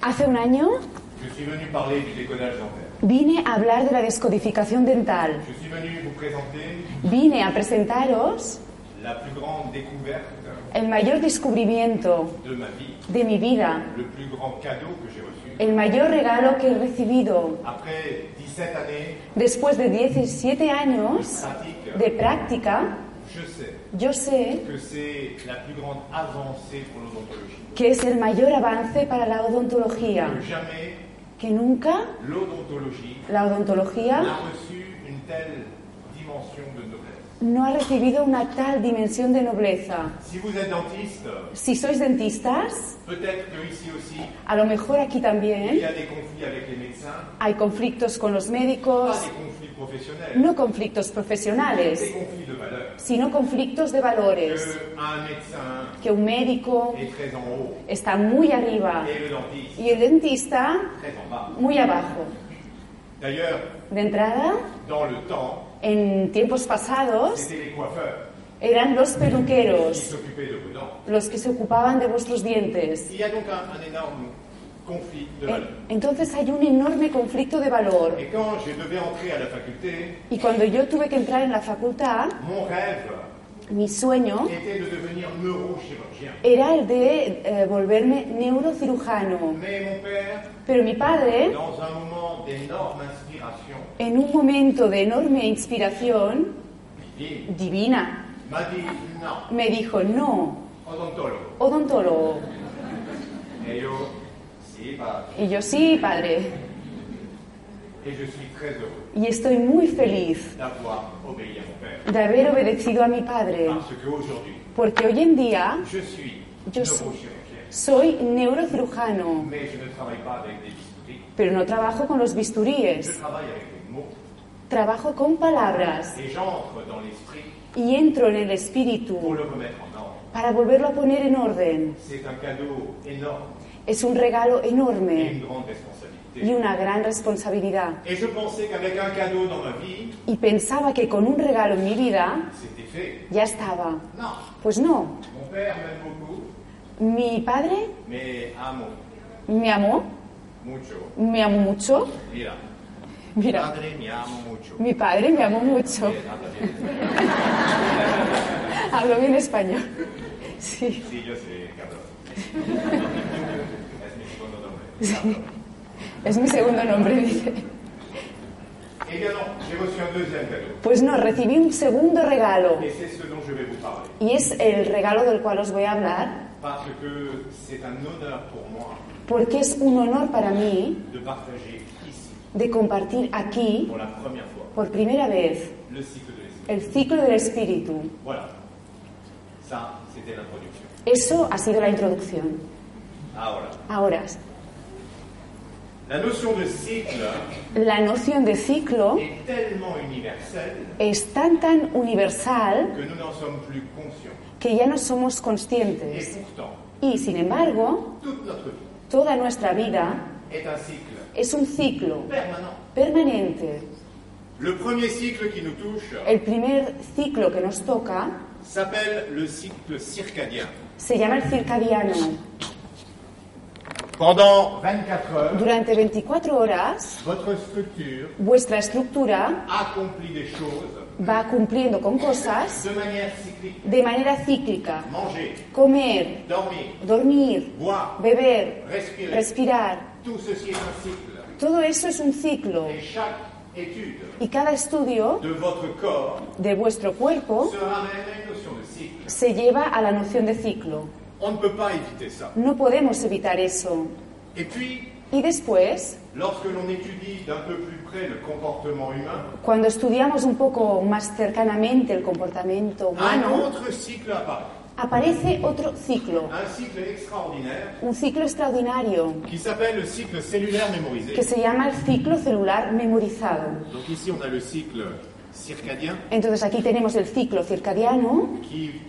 Hace un año Je suis venu parler du décodage dentaire. vine a hablar de la descodificación dental. Je suis venu vous présenter Vine a presentaros la plus grande découverte el mayor descubrimiento de ma vie, de mi vida, le plus grand cadeau que j'ai reçu. el mayor regalo que he recibido Après 17 années después de 17 de años pratique, de práctica. je sais Yo sé que c'est la plus grande avancée pour l'odontologie. que es el mayor avance para la odontología, Que jamais que nunca l'odontologie la n'a odontología reçu une telle dimension de noblesse. no ha recibido una tal dimensión de nobleza. Si vous êtes dentiste, Si sois dentistas, peut-être que ici aussi, a lo mejor aquí il y también a des conflits avec les médecins, hay conflictos con los médicos, pas des conflits professionnels, no conflictos des profesionales, conflits de valeurs. sino conflictos de valores. que Euh, un médecin Que un médico est très en haut está muy arriba et le dentiste y el dentista très en bas. muy abajo. D'ailleurs, De entrada, dans le temps, en tiempos pasados c'était les coiffeurs eran los qui peluqueros s'occupaient de vos dents. los que se ocupaban de vuestros dientes. Il y a donc un, un énorme conflit de Eh, valeurs. Entonces hay un enorme conflicto de valor. Et quand je devais entrer à la faculté, Y cuando yo tuve que entrar en la facultad, mon rêve mi sueño était de devenir neurochirurgien. era el de eh, volverme neurocirujano. Mais mon père, Pero mi padre, dans un moment d'énorme inspiration en un momento de enorme inspiración divine, divina, m'a dit non, me dijo, no, odontologue. odontólogo. Et yo, si, bah, Y yo sí, padre. et je suis très heureux Y estoy muy feliz d'avoir obéi à mon père. de haber obedecido a mi padre. Parce qu'aujourd'hui, Porque hoy en día je suis Je neurochirurgien, soy neurocirujano, mais je ne travaille pas avec des bisturis. pero no trabajo con los Je bisturíes. travaille avec les mots Trabajo con palabras et j'entre dans l'esprit y entro en el pour espíritu le remettre en ordre. para volverlo a poner en orden. C'est un cadeau énorme Es un regalo et une enorme grande y responsabilité. una gran responsabilidad. Et je pensais qu'avec un cadeau dans ma vie, Y pensaba que con un regalo en mi vida c'était fait. ya estaba. Non, Pues no, mon père m'aime beaucoup, mi padre mais amo me amó, mucho. me amó mucho. Mira, Mira, padre mi amo mucho. mi padre me amó mucho. Eh, habla bien. Hablo bien español. Sí. Sí, yo sé, cabrón. Es mi segundo nombre. Cabrón. Es mi segundo nombre, dice. Eh bien non, j'ai reçu un deuxième cadeau. Pues no, recibí un segundo regalo. Et c'est ce dont je vais vous parler. Y es el regalo del cual os voy a hablar, Parce que c'est un honneur pour moi porque es un honor para mí de partager ici, de compartir aquí, pour la première fois, por primera vez, le cycle de l'esprit. el ciclo del espíritu. Voilà. Ça, c'était l'introduction. Eso ha sido la introducción. Ah, voilà. Ahora, La notion de cycle la noción de ciclo est tellement universelle es tan tan universal que nous n'en sommes plus conscients. que ya no somos Et conscientes. pourtant, Y sin embargo, toute notre vie toda nuestra vida est un cycle es un ciclo permanent. permanente. Le premier cycle qui nous touche El primer ciclo que nos toca s'appelle le cycle circadien. se llama el circadiano. Pendant 24 heures, Durante 24 horas, votre structure vuestra estructura accomplit des choses va cumpliendo con cosas de manière cyclique. de manera cíclica. Manger, Comer, dormir, dormir, boire, beber, respirer, respirar. tout ceci est un cycle. Todo eso es un ciclo Et chaque étude y cada estudio de votre corps de vuestro cuerpo se ramène à une notion de cycle. se lleva a la noción de ciclo. On ne peut pas éviter ça. No podemos evitar eso. Et puis, Y después, lorsque l'on étudie d'un peu plus près le comportement humain, cuando estudiamos un poco más cercanamente el comportamiento un humano, autre cycle apparaît. aparece otro ciclo, Un cycle extraordinaire un ciclo extraordinario qui s'appelle le cycle cellulaire mémorisé. que se llama el ciclo celular memorizado. Donc ici, on a le cycle circadien Entonces aquí tenemos el ciclo circadiano qui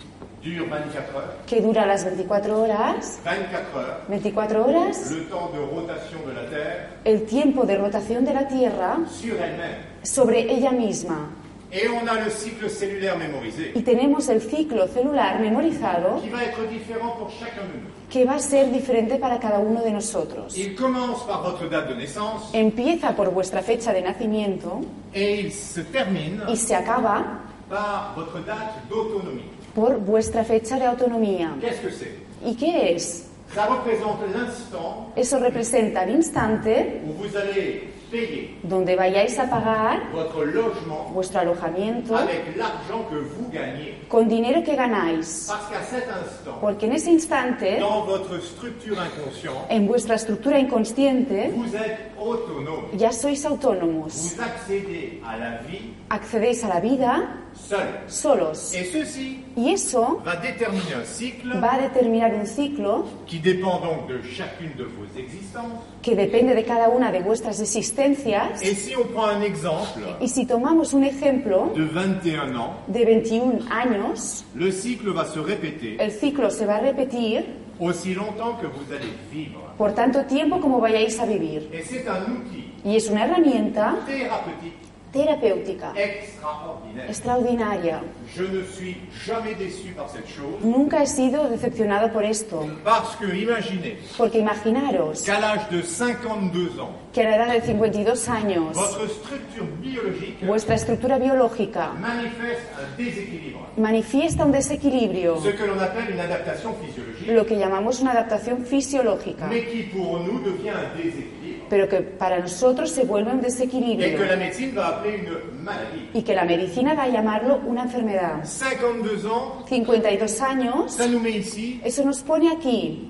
dure 24 heures. que dura las 24 horas, 24 heures, 24 horas, le temps de rotation de la Terre el tiempo de rotación de la Tierra sur elle-même. sobre ella misma. Et on a le cycle cellulaire mémorisé, Y tenemos el ciclo celular memorizado qui va être différent pour chacun de nous. que va a ser diferente para cada uno de nosotros. Il commence par votre date de naissance Empieza por vuestra fecha de nacimiento et il se termine y se acaba par votre date d'autonomie. por vuestra fecha de autonomía. Qu'est-ce que c'est ¿Y qué es? Ça représente l'instant Eso representa el instante où vous allez payer donde vayáis a pagar votre logement vuestro alojamiento avec l'argent que vous gagnez. con dinero que ganáis. Parce qu'à cet instant, Porque en ese instante, dans votre structure inconsciente, en vuestra estructura inconsciente, vous êtes autonome. ya sois autónomos. Vous accédez à la vie Accedéis a la vida seul. solos. Et ceci Y eso va déterminer un cycle va a determinar un ciclo qui dépend donc de chacune de vos existences. que depende de cada una de vuestras existencias. Et si on prend un exemple Y si tomamos un ejemplo de 21 ans, de 21 años, le cycle va se répéter el ciclo se va a repetir aussi longtemps que vous allez vivre. por tanto tiempo como vayáis a vivir. Et c'est un outil Y es una herramienta thérapeutique terapéutica extraordinaire. extraordinaria. Je ne suis jamais déçu par cette chose Nunca he sido decepcionado por esto, parce que imaginez porque imaginaros qu'à l'âge de 52 ans, que a la edad de 52 años votre structure biologique vuestra estructura biológica manifeste un déséquilibre, manifiesta un desequilibrio, ce que l'on appelle une adaptation physiologique, lo que llamamos una adaptación fisiológica, mais qui pour nous devient un déséquilibre pero que para nosotros se vuelve un et que desequilibrio la médecine va appeler une maladie. y que la medicina va a llamarlo una enfermedad. 52 ans, 52 años, ça nous met ici eso nos pone aquí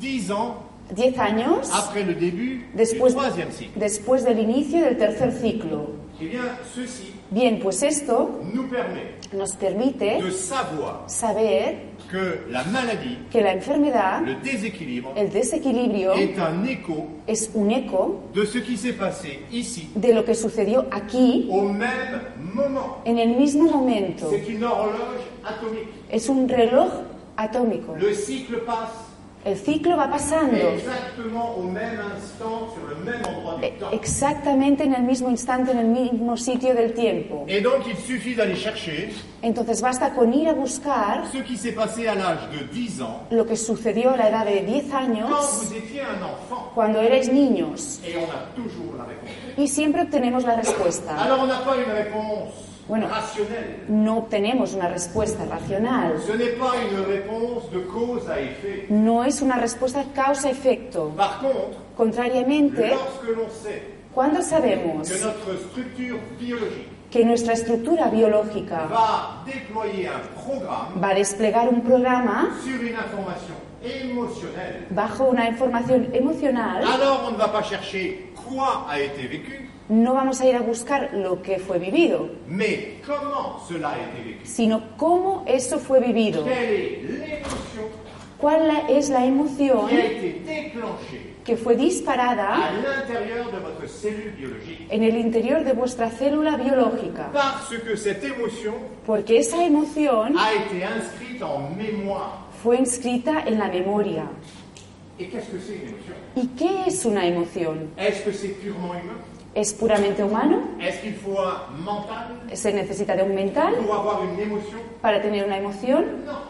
10 ans 10 años après le début du después, troisième cycle. después del inicio del tercer ciclo. Eh bien, ceci Bien, pues esto nous permet nos permite de savoir saber que la maladie, que la enfermedad, le déséquilibre, el desequilibrio, est un écho es un eco de ce qui s'est passé ici de lo que sucedió aquí au même moment. en el mismo momento. C'est une horloge atomique. Es un reloj atómico. Le cycle passe El ciclo va pasando exactement au même instant sur le même endroit du eh, temps. exactamente en el mismo instante, en el mismo sitio del tiempo. Et donc il suffit d'aller chercher Entonces basta con ir a buscar ce qui s'est passé à l'âge de 10 ans lo que sucedió a la edad de 10 quand años vous étiez un enfant. cuando erais niños. Et on a toujours la réponse. Y siempre obtenemos la respuesta. Alors on n'a pas une réponse Bueno. rationnelle. No obtenemos una respuesta racional. Ce n'est pas une réponse de cause à effet. No es una respuesta causa-efecto. Par contre, Contrariamente, lorsque l'on sait cuando sabemos que notre structure biologique que nuestra estructura biológica va déployer un programme va a desplegar un programa sur une information émotionnelle, bajo una información emocional, alors on ne va pas chercher quoi a été vécu, no vamos a ir a buscar lo que fue vivido, mais comment cela a été vécu. sino cómo eso fue vivido. Quelle est l'émotion ¿Cuál la- es la emoción qui a été déclenchée que fue à disparada l'intérieur de votre cellule biologique en el interior de vuestra célula biológica? Parce que cette émotion Porque esa emoción a été inscrite en mémoire. fue inscrita en la memoria. Et qu'est-ce que c'est une émotion ¿Y qué es una emoción? Est-ce que c'est purement humain ¿Es puramente humano? Est-ce qu'il faut un mental ¿Se necesita de un mental pour avoir une émotion para tener una emoción?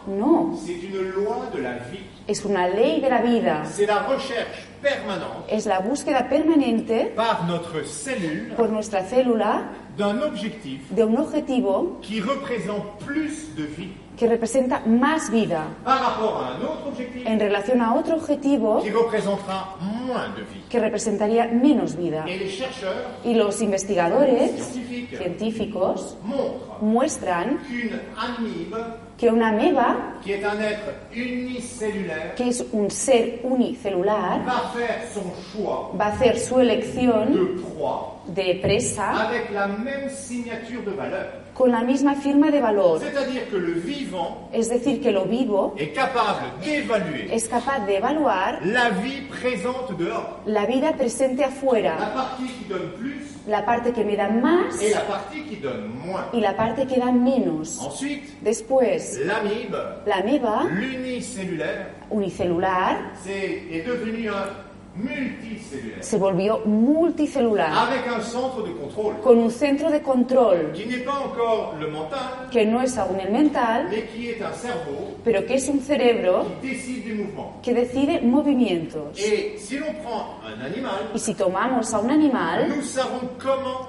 Non. No. C'est une loi de la vie. Es una ley de la vida. C'est la recherche permanente Es la búsqueda permanente par notre cellule por nuestra célula d'un objectif de un objetivo qui représente plus de vie que representa más vida par rapport à un autre objectif en relación a otro objetivo qui représentera moins de vie. que representaría menos vida. Et les chercheurs Y los investigadores scientifiques científicos montrent muestran qu'une amibe, que una ameba, qui est un être unicellulaire, que es un ser unicelular, va faire son choix va a hacer su elección de proie de presa avec la même signature de valeur con la misma firma de valor. C'est-à-dire que le vivant Es decir, que lo vivo est capable d'évaluer es capaz de evaluar la vie présente dehors. la vida presente La afuera, partie qui donne plus la parte que me da más et la partie qui donne moins. y la parte que da menos. Ensuite, Después, l'amibe, la ameba l'unicellulaire, unicelular c'est- est devenu un multicellulaire se volvió multicelular avec un centre de contrôle con un centro de control qui n'est pas encore le mental, que no es aún el mental, mais qui est un cerveau pero que es un cerebro qui décide des mouvements. que decide movimientos. Et si l'on prend un animal, Y si tomamos a un animal, nous savons comment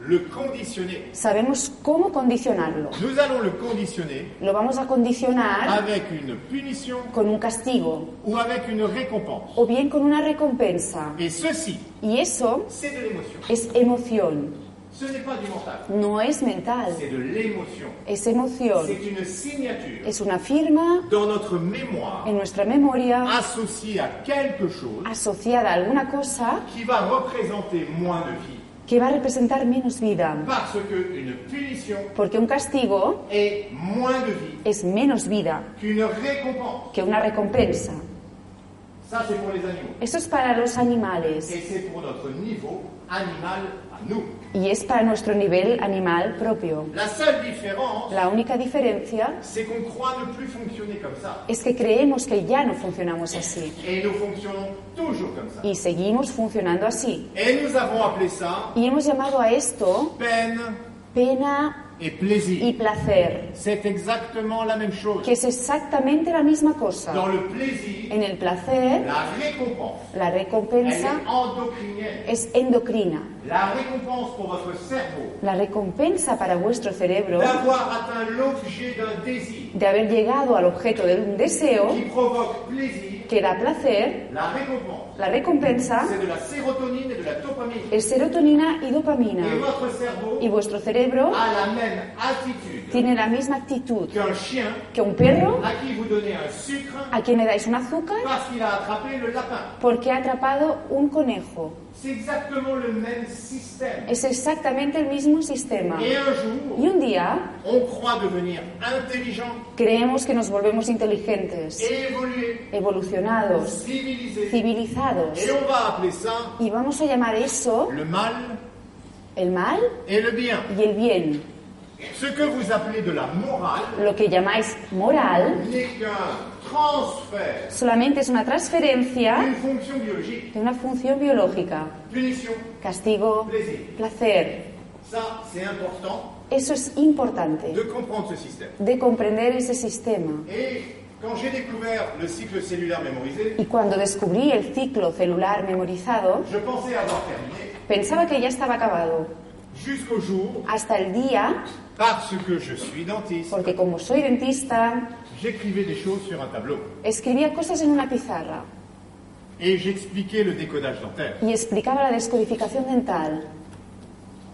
le conditionner. sabemos cómo condicionarlo. Nous allons le conditionner Lo vamos a condicionar avec une punition con un castigo ou avec une récompense. o bien con una recompensa. Et ceci, Y eso c'est de l'émotion. es emoción, Ce n'est pas du mental, no es mental, c'est de l'émotion. es emoción. C'est une signature Es una firma dans notre mémoire en nuestra memoria associée à quelque chose asociada a alguna cosa qui va représenter moins de vie que va a representar menos vida. parce que une punition Porque un castigo est moins de vie es menos vida qu'une récompense. que una recompensa. Ça, c'est pour les animaux. Eso es para los animales Et c'est pour notre niveau animal à nous. y es para nuestro nivel animal propio. La seule différence, La única diferencia c'est qu'on croit ne plus fonctionner comme ça. es que creemos que ya no funcionamos así Et nous fonctionnons toujours comme ça. y seguimos funcionando así. Et nous avons appelé ça Y hemos llamado a esto peine pena et y plaisir. placer, C'est exactement la même chose. que es exactamente la misma cosa. Dans le plaisir, En el placer, la récompense, la elle est recompensa endocrinienne. es endocrina. La récompense pour votre cerveau La recompensa para vuestro cerebro d'avoir atteint l'objet d'un désir de haber llegado al objeto de un deseo qui provoque plaisir, que da placer, la récompense, la recompensa c'est de la sérotonine et de la dopamine. es serotonina y Et dopamina. votre cerveau Y vuestro cerebro a la même attitude tiene la misma actitud qu'un chien que un perro à qui vous donnez un sucre a quien le dais un azúcar parce qu'il a attrapé le lapin. porque ha atrapado un conejo. C'est exactement le même système. Es exactamente el mismo sistema. Et un Y jour, un día on croit devenir intelligent, creemos que nos volvemos inteligentes, évoluer, evolucionados, civilisé. civilizados. Et on va appeler ça Y vamos a llamar eso le mal el mal et le bien. y el bien. Ce que vous appelez de la morale Lo que llamáis moral n'est qu'un transfert solamente es una transferencia d'une fonction biologique. de una función biológica. Punition, Castigo, plaisir. placer. Ça, c'est important Eso es importante de comprendre ce système. de comprender ese sistema. Et quand j'ai découvert le cycle cellulaire mémorisé, Y cuando descubrí el ciclo celular memorizado, je pensais avoir terminé pensaba que ya estaba acabado. jusqu'au jour, Hasta el día, parce que je suis dentiste, porque como soy dentista, j'écrivais des choses sur un tableau escribía cosas en una pizarra et j'expliquais le décodage dentaire. y explicaba la descodificación dental.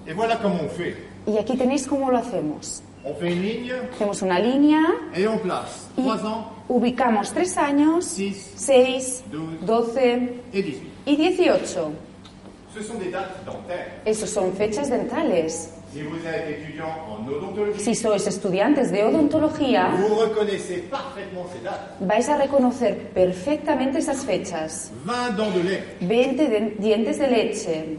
Et voilà comment on fait. Y aquí tenéis cómo lo hacemos. On fait une ligne Hacemos una línea et on place y 3 ans, ubicamos 3 años, 6 6, Doce. 12 et 18. y 18. Ce sont des dates dentaires. Esos son fechas dentales. Si vous êtes étudiant en odontologie, Si sois estudiantes de odontología, vous reconnaissez parfaitement ces dates. vais a reconocer perfectamente esas fechas. 20 dents de lait. 20 de- dientes de leche.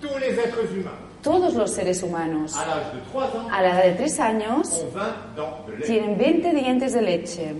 Tous les êtres humains, Todos los seres humanos à l'âge de 3 ans, a la edad de 3 años ont 20 dents de lait. tienen 20 dientes de leche.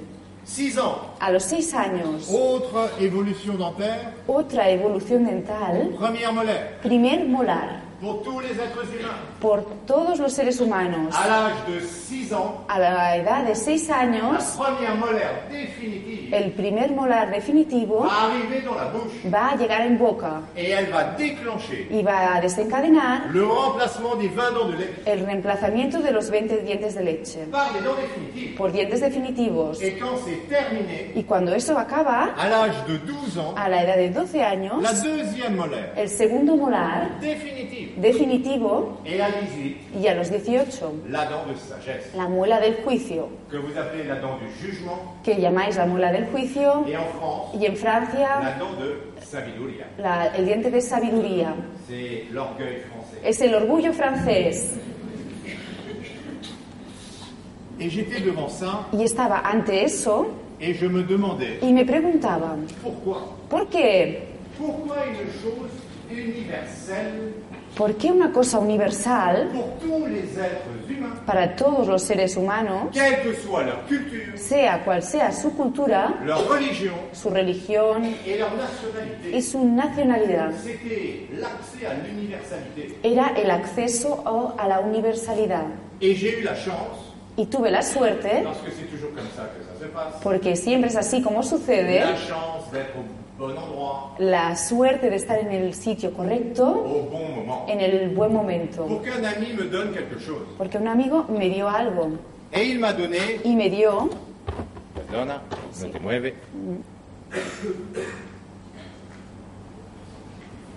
6 ans, A los 6 años, autre évolution dentaire, otra evolución dental, première molaire. primer molar, Pour tous les êtres humains, por todos los seres humanos. à l'âge de 6 ans, A la edad de 6 la años, première molaire définitive el primer molar definitivo va arriver dans la bouche va a llegar en boca et elle va déclencher y va a desencadenar le remplacement des 20 dents de lait el reemplazamiento de los 20 dientes de leche par les dents définitives. por dientes definitivos. Et quand c'est terminé, Y cuando eso acaba, à l'âge de 12 ans, a la edad de 12 años, la deuxième molaire el segundo molar définitive definitivo et à 18, y a los 18, la dent de sagesse la muela del juicio, que vous appelez la dent du jugement que llamáis la muela del juicio, et en France, y en Francia, la dent de sabiduria. la- el diente de sabiduría. C'est l'orgueil français. Es el orgullo francés. Et j'étais devant ça Y estaba ante eso et je me demandais y me preguntaba, pourquoi ¿por qué? Pourquoi une chose universelle ¿Por qué una cosa universal pour tous les êtres humains, para todos los seres humanos, quelle que soit leur culture, sea cual sea su cultura, leur religion su religión et leur y nationalité su nacionalidad? C'était l'accès à l'universalité. Era el acceso o- a la universalidad. Et j'ai eu la chance, Y tuve la suerte, parce que c'est toujours comme ça que ça se passe, porque siempre es así como sucede, la chance d'être au bon endroit, la suerte de estar en el sitio correcto, au bon moment. en el buen momento. Pour qu'un ami me donne quelque chose. Porque un amigo me dio algo Et il m'a donné y me dio Perdona, no te mueve.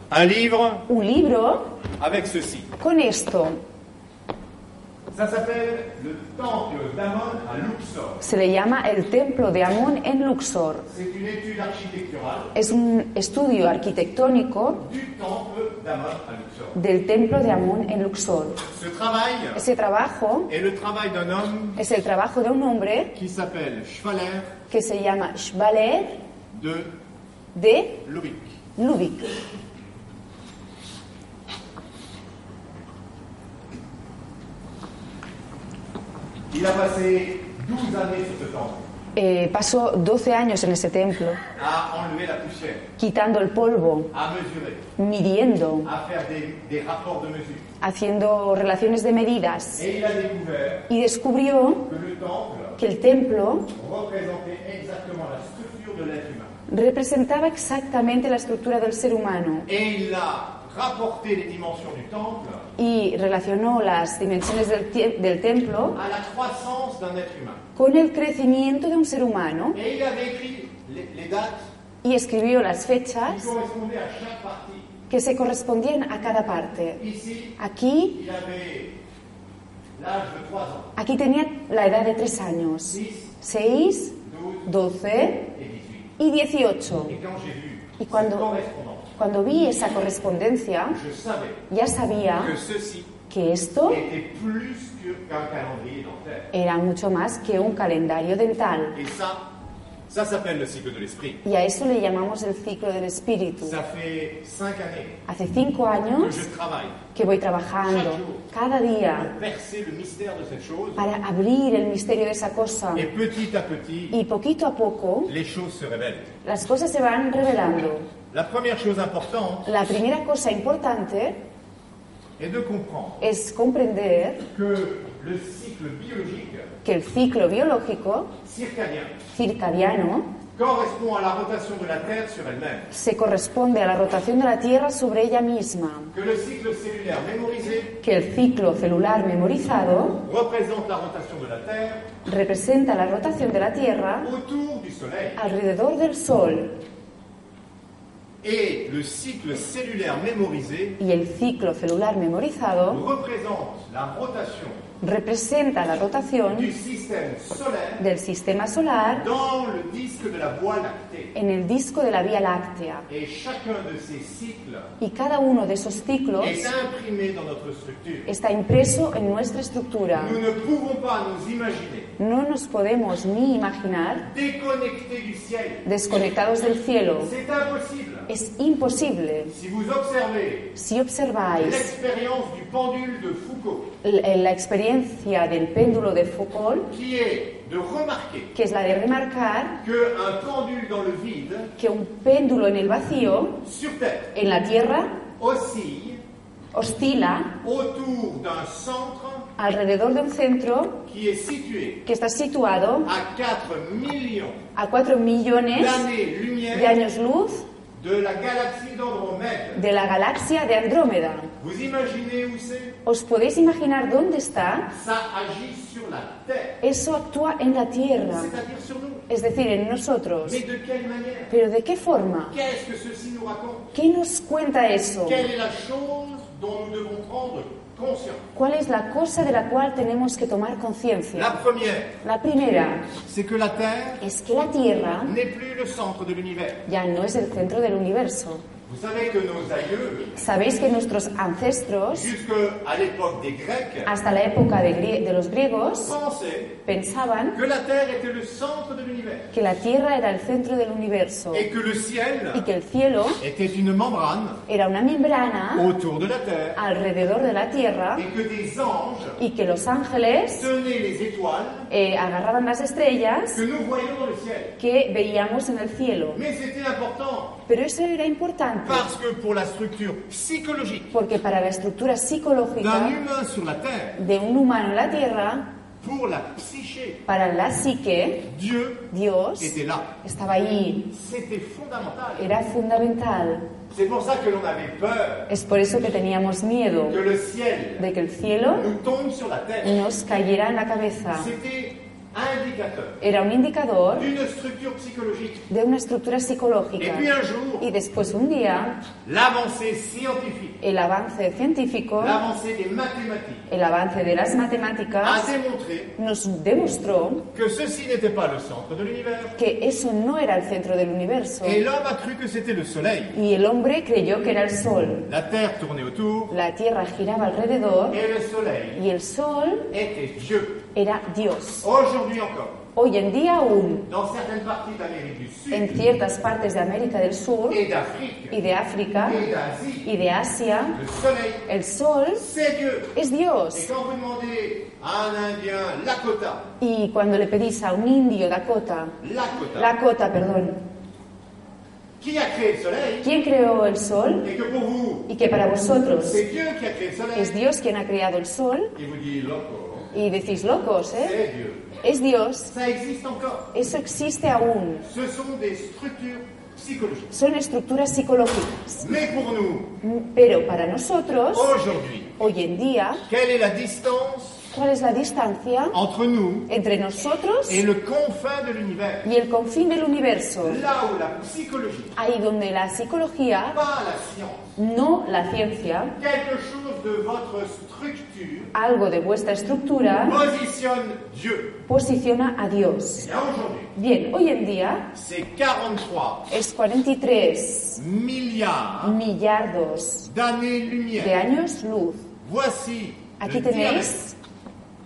Un livre un libro avec ceci. con esto. Ça s'appelle Le Temple d'Amon à Luxor. Se le llama el Templo de Amón en Luxor. C'est une étude architecturale Es un estudio arquitectónico du Temple d'Amon à Luxor. del Templo de Amón en Luxor. Ce travail Ese trabajo est le travail d'un homme es el trabajo de un hombre qui s'appelle Schwaller que se llama Schwaler de de Lubick. Lubick. Il a passé 12 années sur ce temple Eh, pasó 12 años en ese templo, à enlever la poussière, quitando el polvo, à mesurer, midiendo, à faire des, des rapports de mesure. haciendo relaciones de medidas Et il a découvert y descubrió que le temple que el templo représentait exactement la structure de l'être humain. representaba exactamente la estructura del ser humano Et il a rapporté les dimensions du temple y relacionó las dimensiones del, tie- del templo à la croissance d'un être humain. con el crecimiento de un ser humano Et il avait écrit les, les dates y escribió las qui fechas correspondaient à chaque partie. que se correspondían a cada parte. Ici, Aquí, il avait l'âge de 3 ans, aquí tenía la edad de 3 años, 6, 6, 12 12 et 18. y 18. Et quand j'ai vu Et cette quand- correspondance, Cuando vi esa correspondencia, je savais ya sabía que ceci que esto était plus que- qu'un calendrier dentaire. era mucho más que un calendario dental. Et ça, ça s'appelle le cycle de l'esprit. Y a eso le llamamos el ciclo del espíritu. Ça fait cinq années Hace cinco que años je travaille que voy trabajando cada día pour percer le mystère de cette chose para abrir el misterio de esa cosa. et petit à petit, Y poquito a poco les choses se révèlent. las cosas se van revelando. La première chose importante La primera cosa importante est de comprendre es comprender que le cycle biologique que el ciclo biológico circadien circadiano correspond à la rotation de la Terre sur elle-même, se corresponde a la rotación de la Tierra sobre ella misma. que le cycle cellulaire mémorisé que el ciclo celular memorizado représente la rotation de la Terre representa la rotación de la Tierra autour du Soleil alrededor del Sol et le cycle cellulaire mémorisé y el ciclo celular memorizado représente la rotation representa la rotación du système solaire del sistema solar dans le disque de la Voie lactée. en el disco de la Vía Láctea. Et chacun de ces cycles Y cada uno de esos ciclos est imprimé dans notre structure. está impreso en nuestra estructura. Nous ne pouvons pas nous imaginer No nos podemos ni imaginar déconnectés du ciel. desconectados del cielo. C'est impossible. Es imposible. Si vous observez Si observáis l'expérience du pendule de Foucault, la la experiencia del péndulo de Foucault, qui est de remarquer que es la de remarcar qu'un pendule dans le vide, que un péndulo en el vacío, sur Terre, en la Tierra, oscille oscila autour d'un centre alrededor de un centro qui est situé que está situado à 4 millions a 4 millones de d'années-lumière años luz de la galaxie d'Andromède. de la galaxia de Andrómeda. Vous imaginez où c'est ¿Os podéis imaginar dónde está? Ça agit sur la Terre, Eso actúa en la Tierra, c'est-à-dire sur nous. es decir, en nosotros. Mais de quelle manière Pero ¿de qué forma? Qu'est-ce que ceci nous raconte ¿Qué nos cuenta eso? Quelle est la chose dont nous devons prendre conscience ¿Cuál es la cosa de la cual tenemos que tomar La conciencia? première, La primera c'est que la Terre es que la Tierra n'est plus le centre de l'univers. ya no es el centro del universo. Vous savez que nos aïeux, Sabéis que nuestros ancestros, jusqu'à l'époque des Grecs, hasta la época de, grie- de los griegos, pensaient pensaban que la Terre était le centre de l'univers que la Tierra era el centro del universo et que le ciel y que el cielo était une membrane era una membrana autour de la Terre alrededor de la Tierra et que des anges y que los ángeles tenaient les étoiles eh, agarraban las estrellas que nous voyons dans le ciel. que veíamos en el cielo. Mais c'était important Pero eso era importante parce que pour la structure psychologique porque para la estructura d'un psicológica humain sur la Terre, de un humano en la Tierra, pour la psyché, para la psique, Dieu Dios était là. estaba ahí, C'était fondamental. era fundamental. C'est pour ça que l'on avait peur Es por eso que teníamos miedo que le ciel de que el cielo nous tombe sur la Terre. nos cayera en la cabeza. C'était un indicateur Era un indicador d'une structure psychologique. de una estructura Et psicológica. puis un jour, Y después un día, l'avancée scientifique, el avance científico, l'avancée des mathématiques, el avance de las a matemáticas, démontré nos demostró que ceci n'était pas le centre de l'univers. que eso no era el centro del universo. Et l'homme a cru que c'était le Soleil. Y el hombre creyó que era el Sol. La Terre tournait autour La Tierra giraba alrededor et le Soleil y el Sol était Dieu. era Dios. Aujourd'hui encore, Hoy en día aún, dans certaines parties d'Amérique du en Sud ciertas partes de América del Sur et d'Afrique y de África et d'Asie, y de Asia, le Soleil, el Sol c'est Dieu. es Et Dios. quand vous demandez à un Indien Lakota, Y cuando le pedís a un indio Dakota, Lakota, Lakota, perdón, qui a créé le Soleil, ¿quién creó el Sol? et que pour vous, Y que para vosotros c'est Dieu qui a créé le Soleil, es Dios quien ha creado el Sol. il vous dit loco, Y decís, locos, ¿eh? c'est Dieu. Es Dios. Ça existe encore. Eso existe aún. Ce sont des structures psychologiques. Son estructuras psicológicas. Mais pour nous, Pero para nosotros, aujourd'hui, hoy en día, quelle est la distance ¿cuál es la distancia entre nous entre nosotros et le confin de l'univers y el confín del universo? Là où la psychologie, Ahí donde la psicología, pas la science, no la ciencia, quelque chose de votre structure algo de vuestra estructura, positionne Dieu. posiciona a Dios. Et aujourd'hui, Bien, hoy en día c'est 43 es 43 milliards millardos de d'années-lumière. años luz. Voici Aquí le diamètre, tenéis,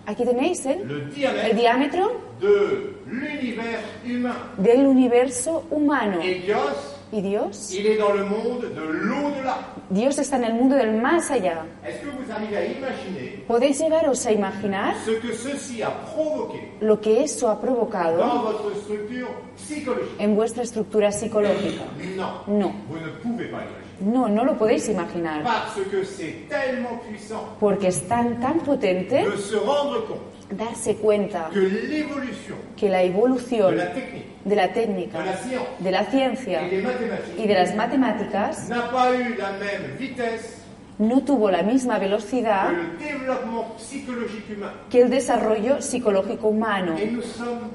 aquí tenéis ¿eh? le el diamètre diámetro de l'univers humain. del universo humano. Et Dios, ¿Y Dios? il est dans le monde de l'au-delà. Dios está en el mundo del más allá. Est-ce que vous arrivez à imaginer ¿Podéis llegaros a imaginar ce que ceci a provoqué lo que eso ha provocado dans votre structure psychologique en vuestra estructura psicológica? Non, No, vous ne pouvez pas l'imaginer. no, no lo podéis imaginar. Parce que c'est tellement puissant Porque es tan, tan potente de se rendre compte darse cuenta que l'évolution que la de evolución la technique, de la de la técnica, science de la ciencia et des y mathématiques de las matemáticas n'a pas eu la même vitesse no tuvo la misma que velocidad le développement psychologique humain. que el desarrollo psicológico humano. Et nous sommes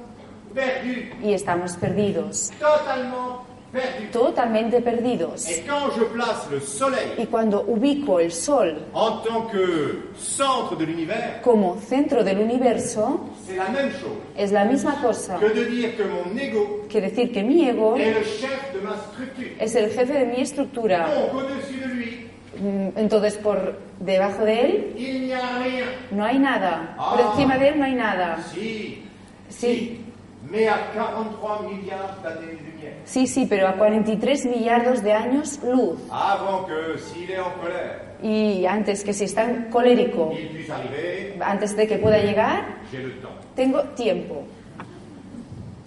perdus, Y estamos perdidos, totalement perdus. totalmente perdidos. Et quand je place le soleil Y cuando ubico el Sol en tant que centre de l'univers, como centro del universo, c'est la même chose es la misma cosa que de dire que mon ego que decir que mi ego est le chef de ma structure. es el jefe de mi estructura. Donc au-dessus de lui, Mm, Entonces, por debajo de él il n'y a rien. no hay nada. Por Ah. encima de él no hay nada. Si, Sí. mais à 43 milliards d'années-lumière. Sí, sí, pero a 43 millardos de años luz. Avant que, s'il est en colère, Y antes que si está colérico, il puisse arriver, antes de que pueda llegar, j'ai le temps. tengo tiempo.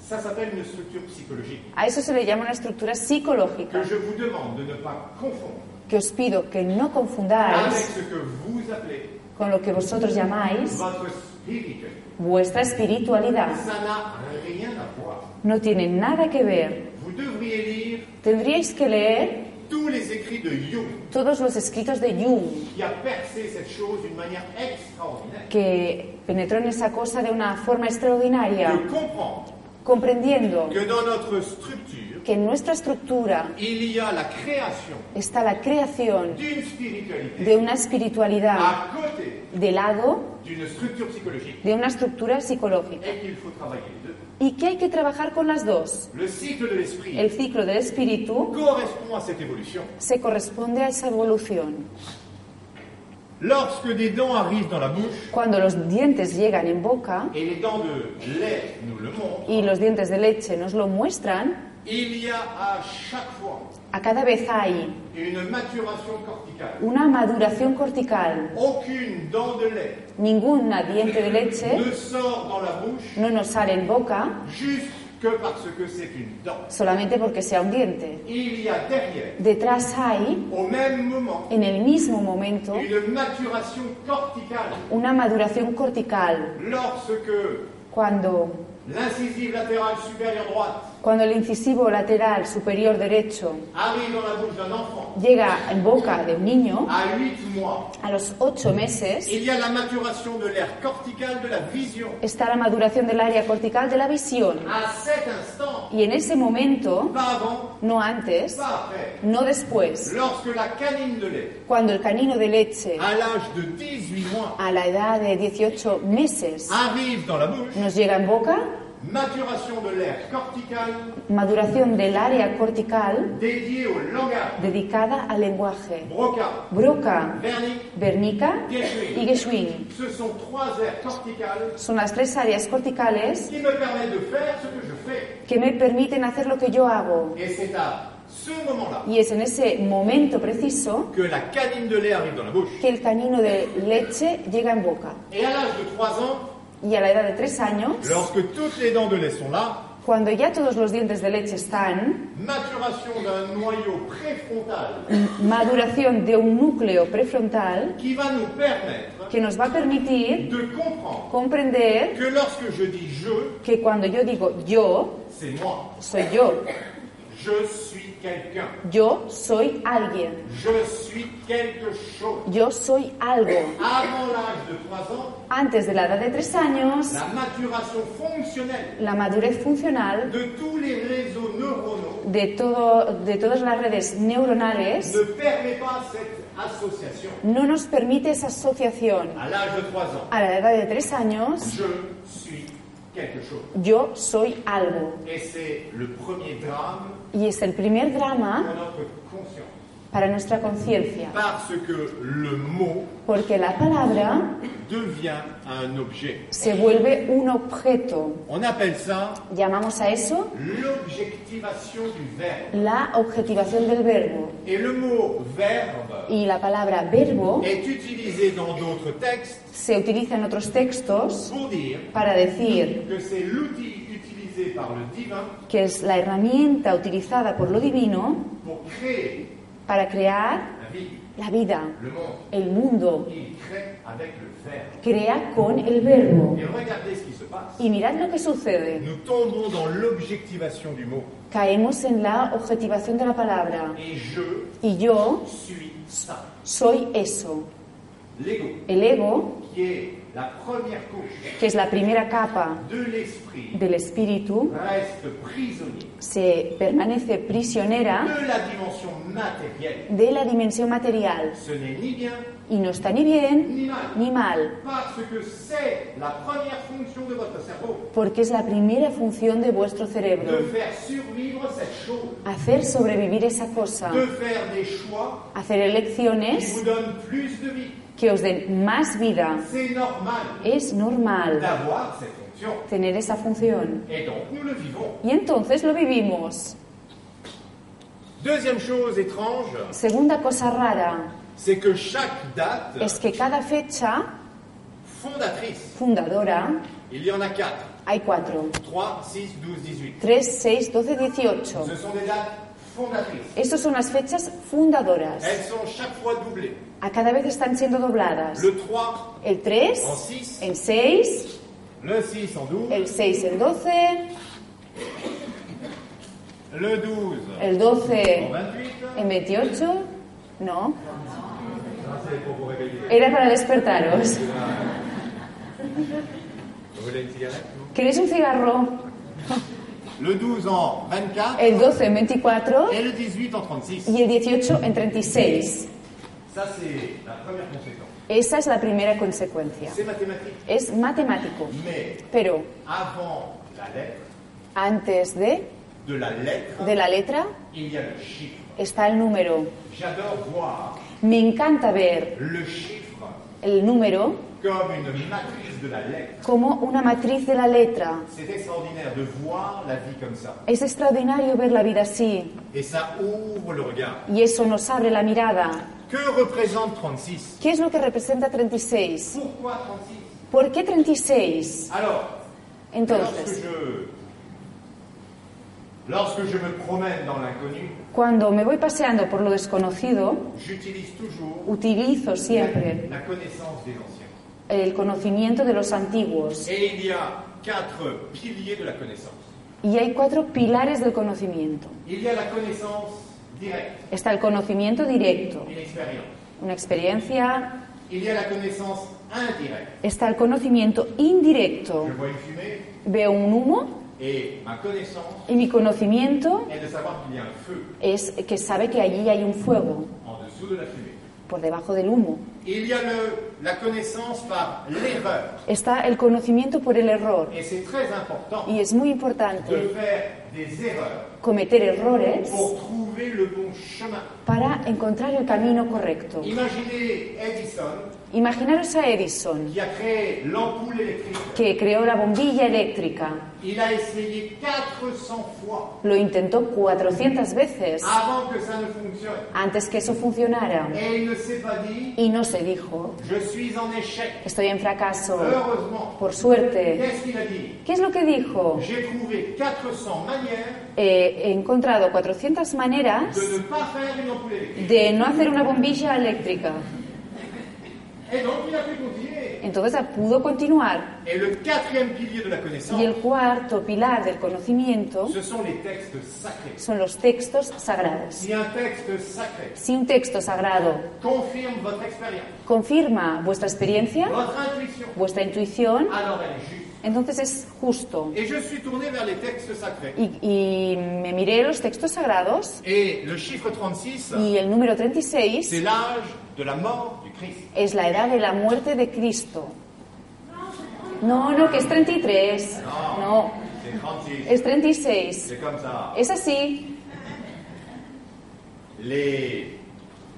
Ça s'appelle une structure psychologique A eso se le llama una estructura psicológica, que je vous demande de ne pas confondre que os pido que no avec confundáis ce que vous appelez con lo que vosotros llamáis votre spirit. vuestra espiritualidad. Ça n'a rien à voir. No tiene nada que ver. Vous devriez lire Tendríais que leer tous les écrits de Jung todos los escritos de Jung, qui a percé cette chose d'une manière extraordinaire. que penetró en esa cosa de una forma extraordinaria, De comprendre comprendiendo que dans notre structure, que en nuestra estructura il y a la création está la creación d'une spiritualité de una espiritualidad à côté de lado d'une structure psychologique de una estructura psicológica et qu'il faut travailler les deux. y que hay que trabajar con las dos. Le cycle de l'esprit El ciclo del espíritu correspond à cette évolution. se corresponde a esa evolución. Lorsque des dents arrivent dans la bouche, Cuando los dientes llegan en boca et les dents de lait nous le montrent, y los dientes de leche nos lo muestran, il y a à chaque fois a cada vez hay une maturation corticale. una maduración cortical. Aucune dent de lait Ninguna diente de leche ne sort dans la bouche no nos sale en boca juste que parce que c'est une dent. solamente porque sea un diente. Il y a derrière, Detrás hay, au même moment, en el mismo momento, une maturation corticale una maduración cortical. lorsque Cuando, l'incisive latérale supérieure droite cuando el incisivo lateral superior derecho arrive dans la bouche d'un enfant llega en boca de un niño, à 8 mois. a los 8 meses Il y a la maturation de l'air cortical de la vision. está la maduración del área cortical de la visión. À cet instant, Y en ese momento, pas avant, no antes, pas après, no después, lorsque la canine de lait, cuando el canino de leche à l'âge de 18 mois, a la edad de 18 meses arrive dans la bouche, nos llega en boca, maturation de l'air cortical maduración del área cortical dédié au langage. dedicada al lenguaje. Broca, Broca, Wernicke, Bernica y Geschwin ce sont trois aires corticales son las tres áreas corticales qui me permettent de faire ce que je fais. que me permiten hacer lo que yo hago. Et c'est à ce moment-là Y es en ese momento preciso que la canine de lait arrive dans la bouche. que el canino de leche llega en boca. Et à l'âge de 3 ans, Y a la edad de tres años, lorsque toutes les dents de lait sont là, cuando ya todos los dientes de leche están, maturation d'un noyau préfrontal maduración de un núcleo prefrontal qui va nous permettre que nos va a permitir de comprendre comprender que lorsque je dis je, que cuando yo digo yo, c'est moi. soy yo, Je suis quelqu'un. yo soy alguien, Je suis quelque chose. yo soy algo. Avant l'âge de 3 ans, Antes de la edad de tres años, la maturation fonctionnelle la madurez funcional de tous les réseaux neuronaux de, todo, de todas las redes neuronales ne permet pas cette association. no nos permite esa asociación. À l'âge de 3 ans, A la edad de tres años, je suis quelque chose. yo soy algo. Et c'est le premier drame Y es el primer pour drama notre conscience. para nuestra conciencia, Parce que le mot porque la palabra devient un objet. se vuelve un objeto. On appelle ça Llamamos a eso l'objectivation du verbe. la objetivación del verbo. Et le mot verbe Y la palabra verbo est utilisé dans d'autres textes se utiliza en otros textos pour dire para decir que c'est l'outil utilisé par le divin que es la herramienta utilizada por lo divino pour créer para crear la vie, la vida, le monde. el mundo. Il crée avec le verbe. Crea con el verbo. Et regardez ce qui se passe. Y mirad lo que sucede. Nous tombons dans l'objectivation du mot. Caemos en la objetivación de la palabra. Et je Y yo suis ça. soy eso. L'ego, El ego, qui est la première couche que es la primera capa de l'esprit, del espíritu, reste prisonnier se permanece prisionera de la dimension matérielle. de la dimensión material. Ce n'est ni bien Y no está ni bien ni mal. ni mal, Parce que c'est la première fonction de votre cerveau porque es la primera función de vuestro de cerebro. faire survivre cette chose, Hacer sobrevivir esa cosa. de faire des choix Hacer qui vous elecciones donnent plus de vie. que os den más vida. C'est normal Es normal d'avoir cette fonction. tener esa función. Et donc nous le vivons. Y entonces lo vivimos. Deuxième chose étrange, Segunda cosa rara c'est que chaque date es que cada fecha fondatrice, fundadora il y en a quatre, hay cuatro. 3, 6, 12, 18. 3, 6, 12, 18. Ce sont des dates fondatrices. Estas son las fechas fundadoras. Elles sont chaque fois doublées. A cada vez están siendo dobladas. Le 3 El en 3 6, en 6, le 6 en 12, el 6 en 12, le 12 el en 12 28. en 28. No, Ça, c'est pour vous réveiller. era para despertaros. Vous voulez une cigarette vous ¿Queréis un cigarro? Le 12 en 24 El 12 en 24 et le 18 en 36. y el 18 en 36. Ça, c'est la première conséquence. Esa es la primera consecuencia. C'est mathématique. Es matemático. Mais Pero avant la lettre, Antes de, de la lettre, de la letra il y a le chiffre. está el número. J'adore voir Me encanta ver le chiffre el número comme une matrice de la lettre. como una matriz de la letra. C'est extraordinaire de voir la vie comme ça. Es extraordinario ver la vida así Et ça ouvre le regard. y eso nos abre la mirada. Que représente 36 ¿Qué es lo que representa 36? Pourquoi 36 ¿Por qué 36? Alors, lorsque Entonces, je, lorsque je me promène dans l'inconnu, cuando me voy paseando por lo desconocido, j'utilise toujours utilizo siempre la connaissance des anciens. el conocimiento de los antiguos. Et il y a quatre piliers de la connaissance. Y hay cuatro pilares del conocimiento. Il y a la connaissance directe, Está el conocimiento directo, une una expérience. experiencia. Il y a la connaissance indirecte. Está el conocimiento indirecto. Je vois une fumée Veo un humo et ma connaissance y mi conocimiento est de savoir qu'il y a un feu es que sabe que allí hay un fuego en dessous de la fumée. por debajo del humo. Il y a le- la connaissance par l'erreur. Está el conocimiento por el error. Et c'est très important Y es muy de importante faire des erreurs cometer errores pour trouver le bon chemin. para encontrar el camino correcto. Imaginez Edison Imaginaros a Edison, qui a créé l'ampoule électrique. que creó la bombilla eléctrica. Il a essayé 400 fois Lo intentó 400 veces avant que ça ne fonctionne. antes que eso funcionara. Et il ne s'est pas dit, Y no se dijo, je suis en échec. estoy en fracaso. Heureusement. Por suerte. Qu'est-ce qu'il a dit ¿Qué es lo que dijo? J'ai trouvé 400 manières Eh, he encontrado 400 maneras de ne pas faire une ampoule électrique. de no hacer una bombilla eléctrica. Et donc il a pu continuer. Entonces ah, pudo continuar. Et le quatrième pilier de la Y el connaissance, cuarto pilar del conocimiento ce sont les textes sacrés. son los textos sagrados. Si un texte sacré Si un texto sagrado confirme votre expérience, confirma vuestra experiencia, votre intuition, vuestra intuición, alors elle est juste. entonces es justo. Et je suis tourné vers les textes sacrés. Y, y me miré los textos sagrados Et le chiffre 36, y el número c'est 36 l'âge de la mort du Christ. es la edad de la muerte de Cristo. No, no, que es 33. No, C'est 36. es 36. C'est comme ça. Es así. Les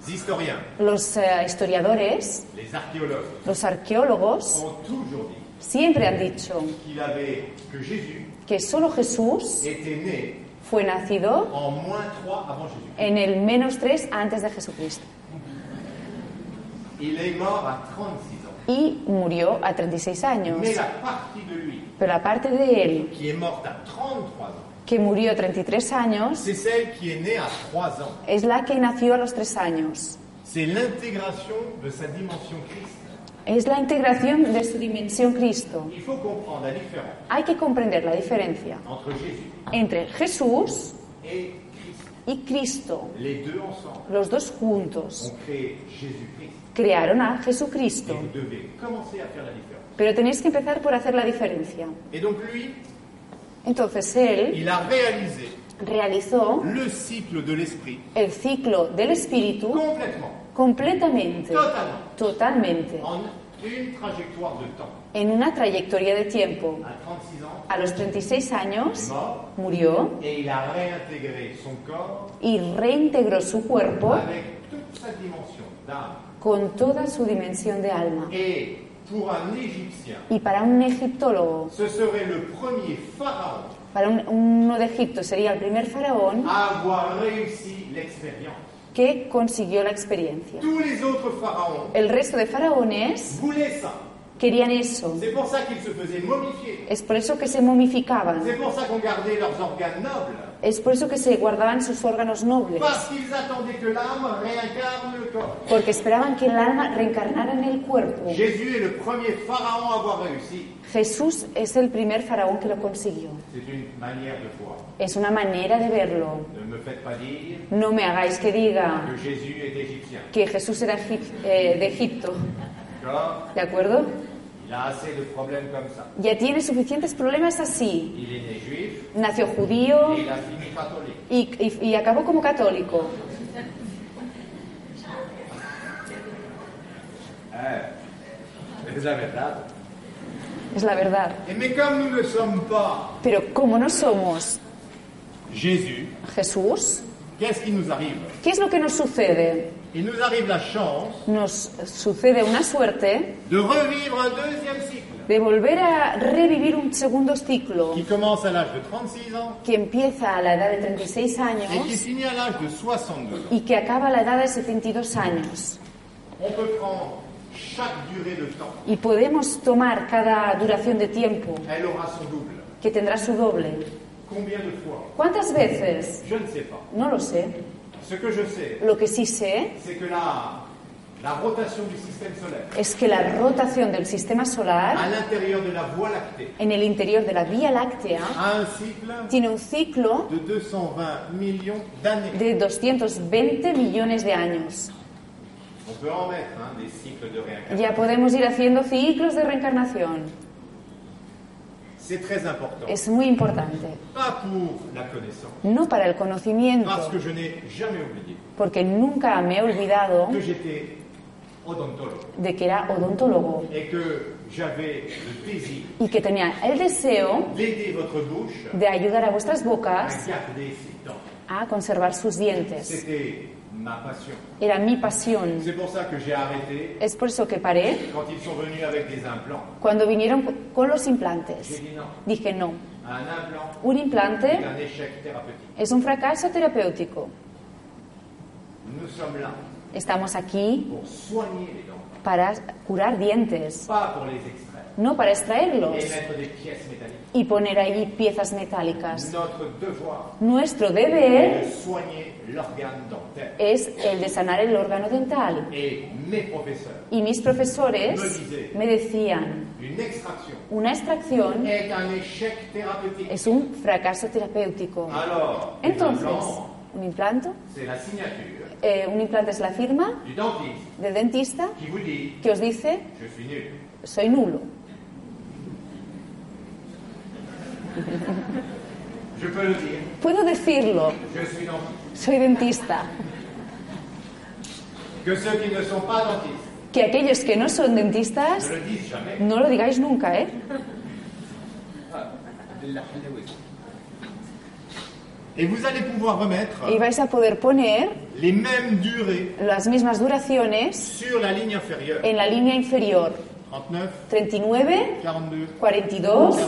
historiens, Los eh, historiadores, les archéologues los arqueólogos, ont toujours dit siempre han dicho qu'il avait que Jésus que solo Jesús était né fue nacido en moins 3 avant Jésus. en el menos 3 antes de Jesucristo Il est mort à 36 ans. y murió a 36 años. Mais la partie de lui Pero la parte de él qui est morte à 33 ans, que murió a 33 años c'est celle qui est née à 3 ans. es la que nació a los 3 años. C'est l'intégration de sa dimension Christ. Es la integración de su dimensión Cristo. Il faut comprendre la différence Hay que comprender la diferencia entre entre Jésus Jesús et Christ. y Cristo. Les deux ensemble Los dos juntos ont créé Jésus-Christ. crearon a Et Jesucristo. vous devez commencer à faire la différence. Pero tenéis que empezar por hacer la diferencia. Et donc lui, Entonces él il a réalisé realizó le cycle de l'esprit el ciclo del espíritu complètement, completamente, totalement, totalmente, en une trajectoire de temps. en una trayectoria de tiempo. À 36 ans, A los 36 il est años mort murió et il a réintégré son corps y reintegró su cuerpo avec toute sa dimension d'âme. con toda su dimensión de alma. Et pour un Égyptien, Y para un egiptólogo, ce serait le premier pharaon para un- uno de Egipto sería el primer faraón à avoir réussi l'expérience. que consiguió la experiencia. Tous les autres pharaons El resto de faraones voulaient ça. querían eso. C'est pour ça qu'ils se faisaient momifier. Es por eso que se momificaban. C'est pour ça qu'on gardait leurs organes nobles. Es por eso que se guardaban sus órganos nobles. Parce qu'ils attendaient que l'âme réincarne le corps. Porque esperaban que el alma reencarnara en el cuerpo. Jésus est le premier pharaon à avoir réussi. Jesús es el primer faraón que lo consiguió. C'est une manière de voir. Es una manera de verlo. Ne me faites pas dire No me hagáis que diga que Jésus est égyptien. que Jesús era egip- eh, de Egipto, D'accord ¿de acuerdo? Il a assez de problèmes comme ça. Ya tiene suficientes problemas así. Il est né juif Nació judío et il a fini catholique. y, y- y acabó como católico. Eh, es la verdad. es la verdad. Et mais comme nous ne le sommes pas Pero como no somos Jésus, Jesús, qu'est-ce qui nous arrive ¿qué es lo que nos sucede? Il nous arrive la chance Nos sucede una suerte de revivre un deuxième cycle de volver a revivir un segundo ciclo qui commence à l'âge de 36 ans que empieza a la edad de 36 et qui años finit à l'âge de 62 ans. y que acaba a la edad de 72 años. On peut prendre chaque durée de temps. Y podemos tomar cada duración de tiempo Elle aura son double. que tendrá su doble. Combien de fois ¿Cuántas veces? Je ne sais pas. No lo sé. Ce que je sais, Lo que sí sé c'est que la, la rotation du système solaire es que la rotación del sistema à solar l'intérieur de la Voie lactée en el interior de la Vía Láctea a un cycle tiene un ciclo de 220 millions d'années. de 220 millones de años. On peut en mettre hein, des cycles de réincarnation. Ya podemos ir haciendo ciclos de reencarnación. C'est très important. Es muy importante. Pas pour la connaissance, No para el conocimiento, parce que je n'ai jamais oublié porque nunca me he olvidado que j'étais odontologue de que era odontólogo et que j'avais le plaisir y que tenía el deseo d'aider votre bouche de ayudar a vuestras à bocas garder ses dents. a conservar sus dientes. C'était ma passion. Era mi pasión. C'est pour ça que j'ai arrêté Es por eso que paré quand ils sont venus avec des implants. cuando vinieron co- con los J'ai implantes. dit non. Dije no. Un implant Un est implante un échec thérapeutique. es un fracaso terapéutico. Nous sommes là Estamos aquí pour soigner les dents, para curar dientes, pas pour les extraire no para et extraerlos mettre des pièces métalliques. y poner allí piezas metálicas. Notre devoir Nuestro est deber de soigner l'organe dentaire. es el de sanar el órgano dental. Et mes professeurs, Y mis profesores me decían, une extraction una extracción est un échec thérapeutique. es un fracaso terapéutico. Alors, les Entonces, implants, un implante, c'est la signature eh, un implante es la firma du dentiste del dentista qui vous dit que os dice Je suis nul. soy nulo. Je peux le dire, Puedo decirlo, je suis dentiste. soy dentista. Que ceux qui ne sont pas dentistes Que aquellos que no son dentistas ne le disent jamais. no lo digáis nunca, ¿eh? Et vous allez pouvoir remettre Y vais a poder poner les mêmes durées las mismas duraciones sur la ligne inférieure. en la línea inferior. 39, 39, 42, 42,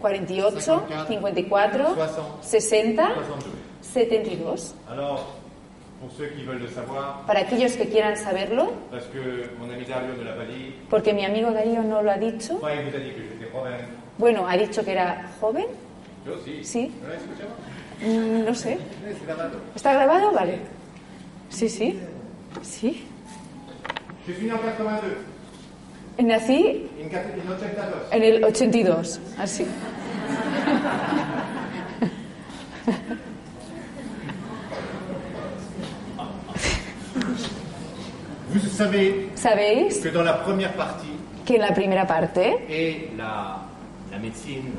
48, 48, 54, 60, 60, 62. 72. Alors, pour ceux qui veulent le savoir, Para aquellos que quieran saberlo, parce que mon ami Dario ne l'a pas dit, porque mi amigo Darío no lo ha dicho. enfin, il vous a dit que j'étais joven. Bueno, ha dicho que era joven, Yo aussi. Sí. ¿No l'as escuchado? Mm, no sé. Sí, c'est grabado. ¿Está grabado? Vale. Sí, sí. Sí. Je suis né en 82, Nací en 4- en 82. En el 82, así. Vous savez Sabéis que dans la première partie que en la primera parte et la, la médecine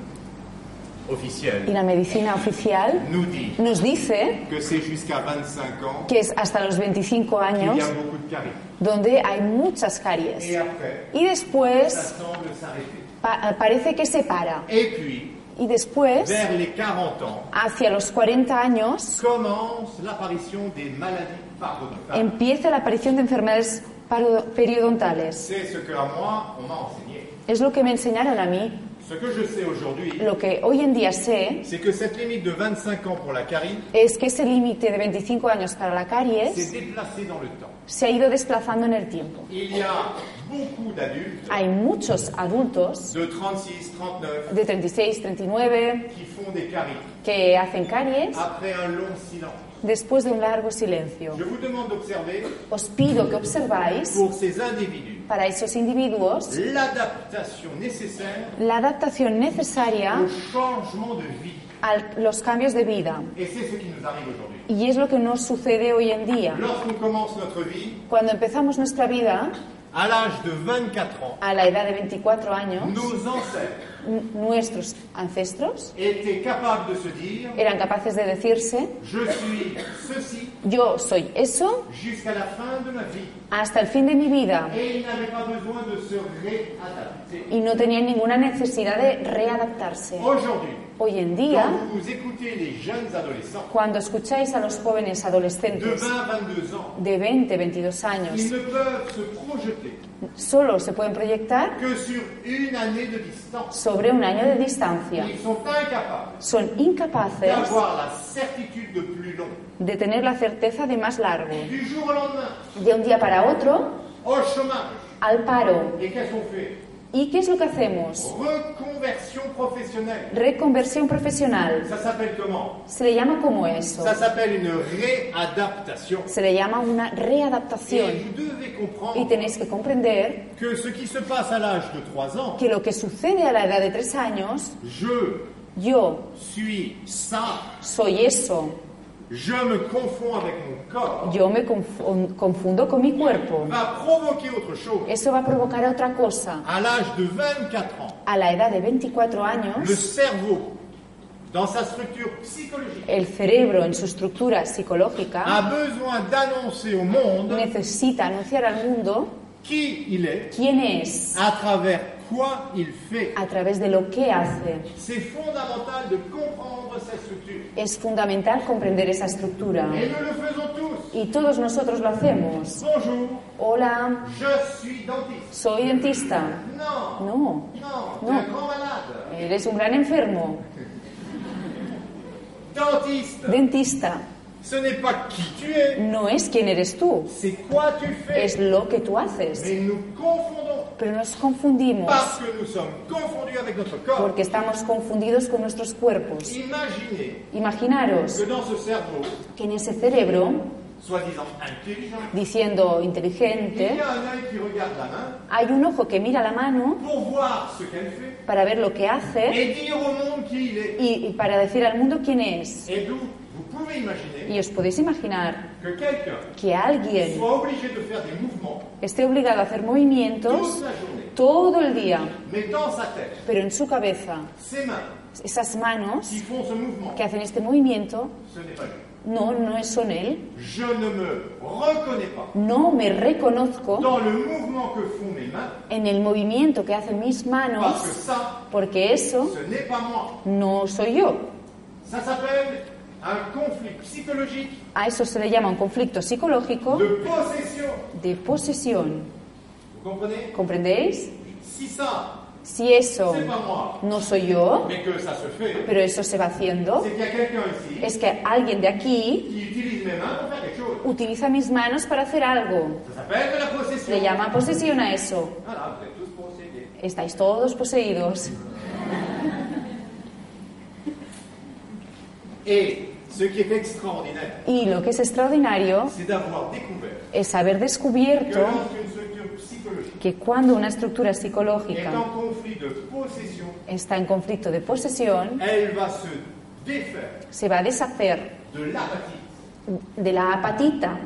y officielle la medicina oficial nous dit nos dice que c'est jusqu'à 25 ans que es hasta los 25 qu'il y años a beaucoup de caries. donde hay muchas Et caries. après, Y ça después semble s'arrêter. pa- eh, parece que se para. Et puis, Y después, vers les 40 ans, hacia los 40 años, commence l'apparition des maladies parodontales. empieza la aparición de enfermedades paro- periodontales. C'est ce que à moi, on m'a enseigné. Es lo que me enseñaron a mí. Ce que je sais aujourd'hui, Lo que hoy en día sé c'est que cette limite de 25 ans pour la carie es que ese límite de 25 años para la s'est caries déplacée dans le temps. se ha ido desplazando en el tiempo. Il y a beaucoup d'adultes Hay muchos adultos de 36, 39 de 36, 39 qui font des caries que hacen caries après un long silence. después de un largo silencio. Je vous demande d'observer Os pido que observáis pour ces individus para esos individuos l'adaptation nécessaire la adaptación necesaria au changement de vie. a los cambios de vida. Et c'est ce qui nous arrive aujourd'hui. Y es lo que nos sucede hoy en día. Lorsqu'on commence notre vie, Cuando empezamos nuestra vida, à l'âge de 24 ans, a la edad de 24 años, nos ancêtres n- nuestros ancestros étaient capables de se dire eran capaces de decirse, Je suis ceci yo soy eso jusqu'à la fin de ma vie. hasta el fin de mi vida. Et ils n'avaient pas besoin de se réadapter. Y no tenían ninguna necesidad de readaptarse. Aujourd'hui, Hoy en quand día, vous écoutez les jeunes adolescents cuando escucháis a los jóvenes de adolescentes 20 à 22 ans, de 20, 22 ils años, ne peuvent se projeter solo se pueden proyectar que sur une année de distance. sobre un año de distancia. Ils sont incapables Son incapaces d'avoir la certitude de plus long. de tener la certeza de más largo. Du jour au lendemain, De un día para otro, au chômage. al paro. Et qu'est-ce qu'on fait ¿Y qué es lo que hacemos? Reconversion professionnelle. Reconversión profesional. Ça s'appelle comment Se le llama como eso. Ça s'appelle une réadaptation. Se le llama una Et readaptación. vous devez Y comprendre tenéis que comprender que ce qui se passe à l'âge de 3 ans, que lo que sucede a la edad de tres años, je yo suis ça, soy eso. je me confonds avec mon corps, Yo me confun- confundo con mi cuerpo. va provoquer autre chose. Eso va a provocar otra cosa. À l'âge de 24 ans, A la edad de 24 le años, cerveau, dans sa structure psychologique, el cerebro en su estructura psicológica a besoin d'annoncer au monde necesita anunciar al mundo qui il est, quién es à travers quoi il fait. a través de lo que hace. C'est fondamental de comprendre sa structure. Es fundamental comprender esa estructura. Et nous le faisons tous. Y todos nosotros lo hacemos. Bonjour, Hola, je suis dentiste. soy dentista. Non, No, non, t'es Non. un grand malade. eres un gran enfermo. Dentiste, Dentista ce n'est pas qui tu es, no es quién eres tú, c'est quoi tu fais. es lo que tú haces. Mais nous confondons Pero nos confundimos parce que nous sommes confondus avec notre corps. porque estamos confundidos con nuestros cuerpos. Imaginez que Imaginaros dans ce cerveau, que en ese cerebro, soi-disant intelligent, diciendo il y inteligente, a un œil qui regarde la main hay un ojo que mira la mano pour voir ce qu'elle fait para ver lo que hace et dire au monde qui il est. y, y para decir al mundo quién es. Et donc, vous pouvez imaginer Y os podéis imaginar que quelqu'un que alguien soit obligé de faire des mouvements esté obligado a hacer toute movimientos la journée, todo el día, mais dans sa tête, pero en su cabeza, ses mains esas manos qui font ce mouvement, que hacen este movimiento, ce n'est pas lui. no, no es- son él. Je ne me reconnais pas No me reconozco dans le mouvement que font mes mains en el movimiento que hacen mis parce que manos, ça, porque eso ce n'est pas moi. no soy yo. Ça s'appelle un conflit psychologique A eso se le llama un conflicto psicológico de possession. de posesión. Vous comprenez ¿Comprendéis? Si ça, Si eso c'est pas moi, no soy yo, mais que ça se fait, pero eso se va haciendo, c'est qu'il y a quelqu'un ici es que alguien de aquí qui utilise mes mains pour faire quelque chose. utiliza mis manos para hacer algo. Ça s'appelle de la Le possession. llama posesión a eso. Voilà, vous êtes tous possédés. Estáis todos poseídos. Et ce qui est extraordinaire, Y lo que es extraordinario c'est d'avoir découvert es haber que descubierto lorsqu'une structure psychologique que cuando una estructura est en psicológica conflit de possession, está en conflicto de posesión, elle va se défaire se va a deshacer de l'apathie. de la apatita.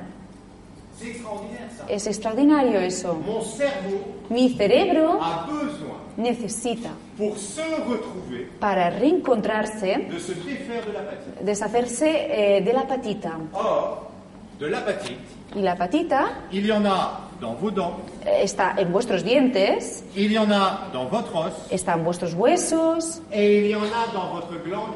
C'est extraordinaire ça. Es extraordinario eso. Mon cerveau Mi cerebro a besoin, necesita, pour se retrouver, para reencontrarse, de se défaire de l'apathie. deshacerse eh, de la apatita. Or, de l'apathie, Y la apatita il y en a dans vos dents, eh, está en vuestros dientes, il y en a dans votre os, está en vuestros huesos, et il y en a dans votre glande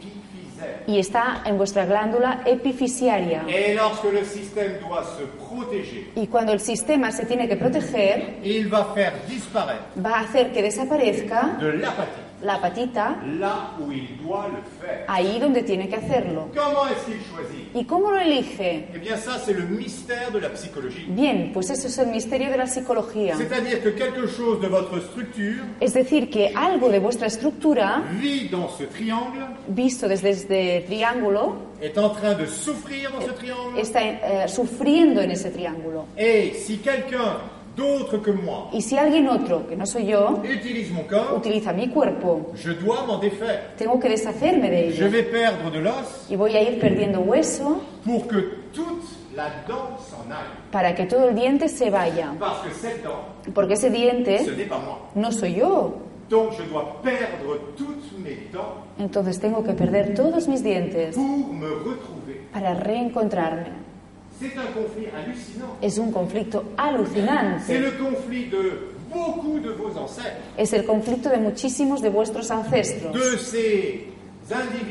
épiphysaire. y está en vuestra glándula epifisiaria. Et lorsque le système doit se protéger, Y cuando el sistema se tiene que proteger, il va faire disparaître va a hacer que desaparezca de l'apathie, la patita là où il doit le faire. ahí donde tiene que hacerlo. Comment est-ce qu'il choisit ¿Y cómo lo elige? Eh bien ça, c'est le mystère de la psychologie. Bien, pues eso es el misterio de la psicología. C'est-à-dire que quelque chose de votre structure Es decir, que algo de vuestra estructura, vit dans ce triangle, visto desde este triángulo, est en train de souffrir dans ce triangle, está eh, sufriendo en ese triángulo. et si quelqu'un d'autre que moi Y si alguien otro, que no soy yo, utilise mon corps, utiliza mi cuerpo, je dois m'en défaire. tengo que deshacerme de Je ello. vais perdre de l'os Y voy a ir perdiendo hueso pour que toute la dent s'en aille. para que todo el diente se vaya. Parce que cette dent, Porque ese ce diente n'est pas moi. no soy yo. Donc je dois perdre toutes mes dents Entonces tengo que perder todos mis dientes pour me retrouver. para reencontrarme. C'est un conflit hallucinant. Es un conflicto C'est alucinante. le conflit de beaucoup de vos ancêtres, Es el conflicto de muchísimos de vuestros ancestros, de ces individus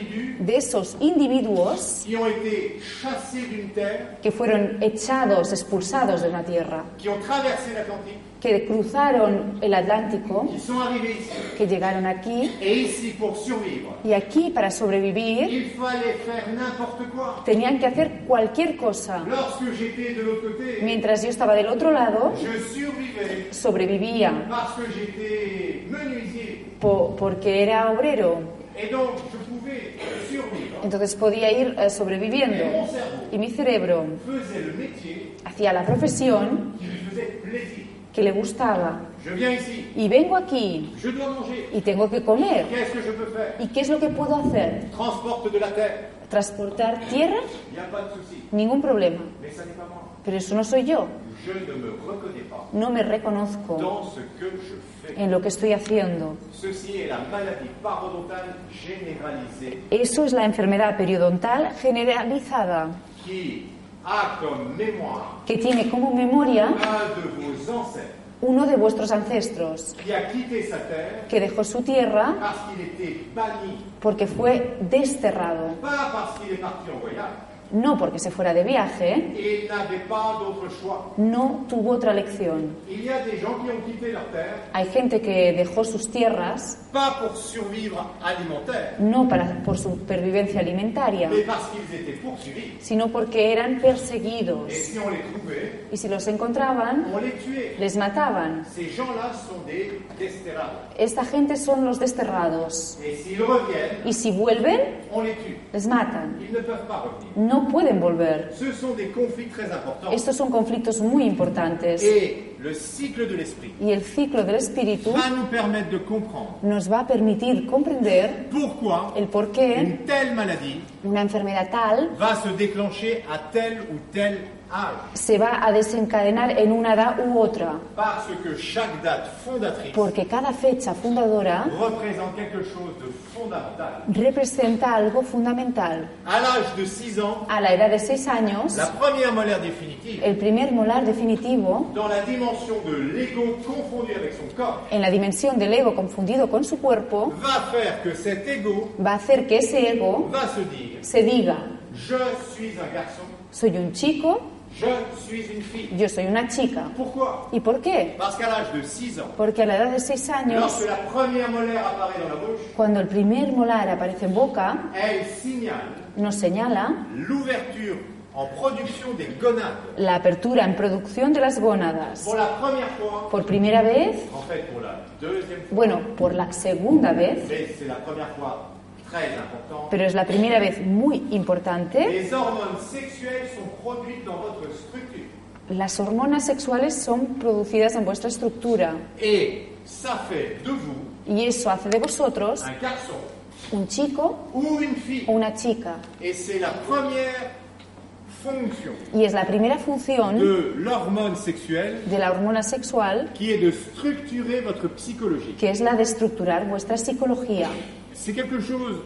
de esos individuos qui ont été chassés d'une terre, que fueron echados, expulsados de una tierra, qui ont traversé l'Atlantique, que cruzaron el Atlántico, qui sont arrivés ici. que llegaron aquí Et ici, pour survivre, y aquí para sobrevivir il fallait faire n'importe quoi. tenían que hacer cualquier cosa. Lorsque j'étais de l'autre côté, Mientras yo estaba del otro lado, je survivais sobrevivía parce que j'étais menuisier po- porque era obrero. et donc je pouvais survivre. Entonces podía ir eh, Et mon sobreviviendo. cerveau Y mi cerebro faisait le métier hacía la profesión qui lui faisait plaisir. que le gustaba. Je viens ici, Y vengo aquí je dois manger. y tengo que comer. Qu'est-ce que je peux faire ¿Y qué es lo que puedo hacer? Transporte de la terre, ¿Transportar tierra? il n'y a pas de souci. Ningún problema. Mais ça n'est pas moi. Pero eso no soy yo. Je ne me reconnais pas No me reconozco dans ce que je fais. en lo que estoy haciendo. Ceci est la maladie parodontale généralisée Eso es la enfermedad periodontal generalizada, qui a comme mémoire que tiene como memoria un de vos ancêtres uno de vuestros ancestros, qui a quitté sa terre que dejó su tierra parce qu'il était banni, porque fue desterrado. pas parce qu'il est parti en voyage. No porque se fuera de viaje, Et il n'avait pas d'autre choix. no tuvo otra lección. Il y a des gens qui ont quitté leur terre, Hay gente que dejó sus tierras pas pour survivre alimentaire, no para, por supervivencia alimentaria, mais parce qu'ils étaient poursuivis. sino porque eran perseguidos. Et si on les trouvait, Y si los encontraban, on les tuait. les mataban. Ces gens-là sont des desterrados. Esta gente son los desterrados. Et s'ils reviennent, Y si vuelven, on les tue. les matan. Ils ne peuvent pas revenir. No pueden volver. Ce sont des conflits très importants. Estos son conflictos muy importantes. Et le cycle de l'esprit Y el ciclo del espíritu va nous permettre de comprendre nos va a permitir comprender pourquoi el por qué une telle maladie una enfermedad tal va se déclencher à tel ou tel âge. se va a desencadenar en una edad u otra. Parce que chaque date fondatrice Porque cada fecha fundadora représente quelque chose de fondamental. representa algo fundamental. À l'âge de 6 ans, A la edad de 6 años, la première molaire définitive, el primer molar definitivo, dans la dimension de l'ego confondu avec son corps, en la dimensión del ego confundido con su cuerpo, va faire que cet ego va a hacer que ese ego va se dire se diga, Je suis un garçon, soy un chico, je suis une fille. yo soy una chica. Pourquoi ¿Y por qué? Parce qu'à l'âge de 6 ans, Porque a la edad de 6 años, lorsque la première molaire apparaît dans la bouche, cuando el primer molar aparece en boca, elle signale nos señala l'ouverture en production des gonades. la apertura en producción de las gónadas. Pour la première fois, Por primera vez, en fait pour la deuxième fois, bueno, por la segunda vez, mais c'est la première fois très importante, pero es la primera vez muy importante, les hormones sexuelles sont produites dans votre structure. las hormonas sexuales son producidas en vuestra estructura Et ça fait de vous y eso hace de vosotros un garçon un chico ou une o fille. una chica. Et c'est la première fonction Y es la primera función de l'hormone sexuelle de la hormona sexual qui est de structurer votre psychologie. que es la de estructurar vuestra psicología. C'est quelque chose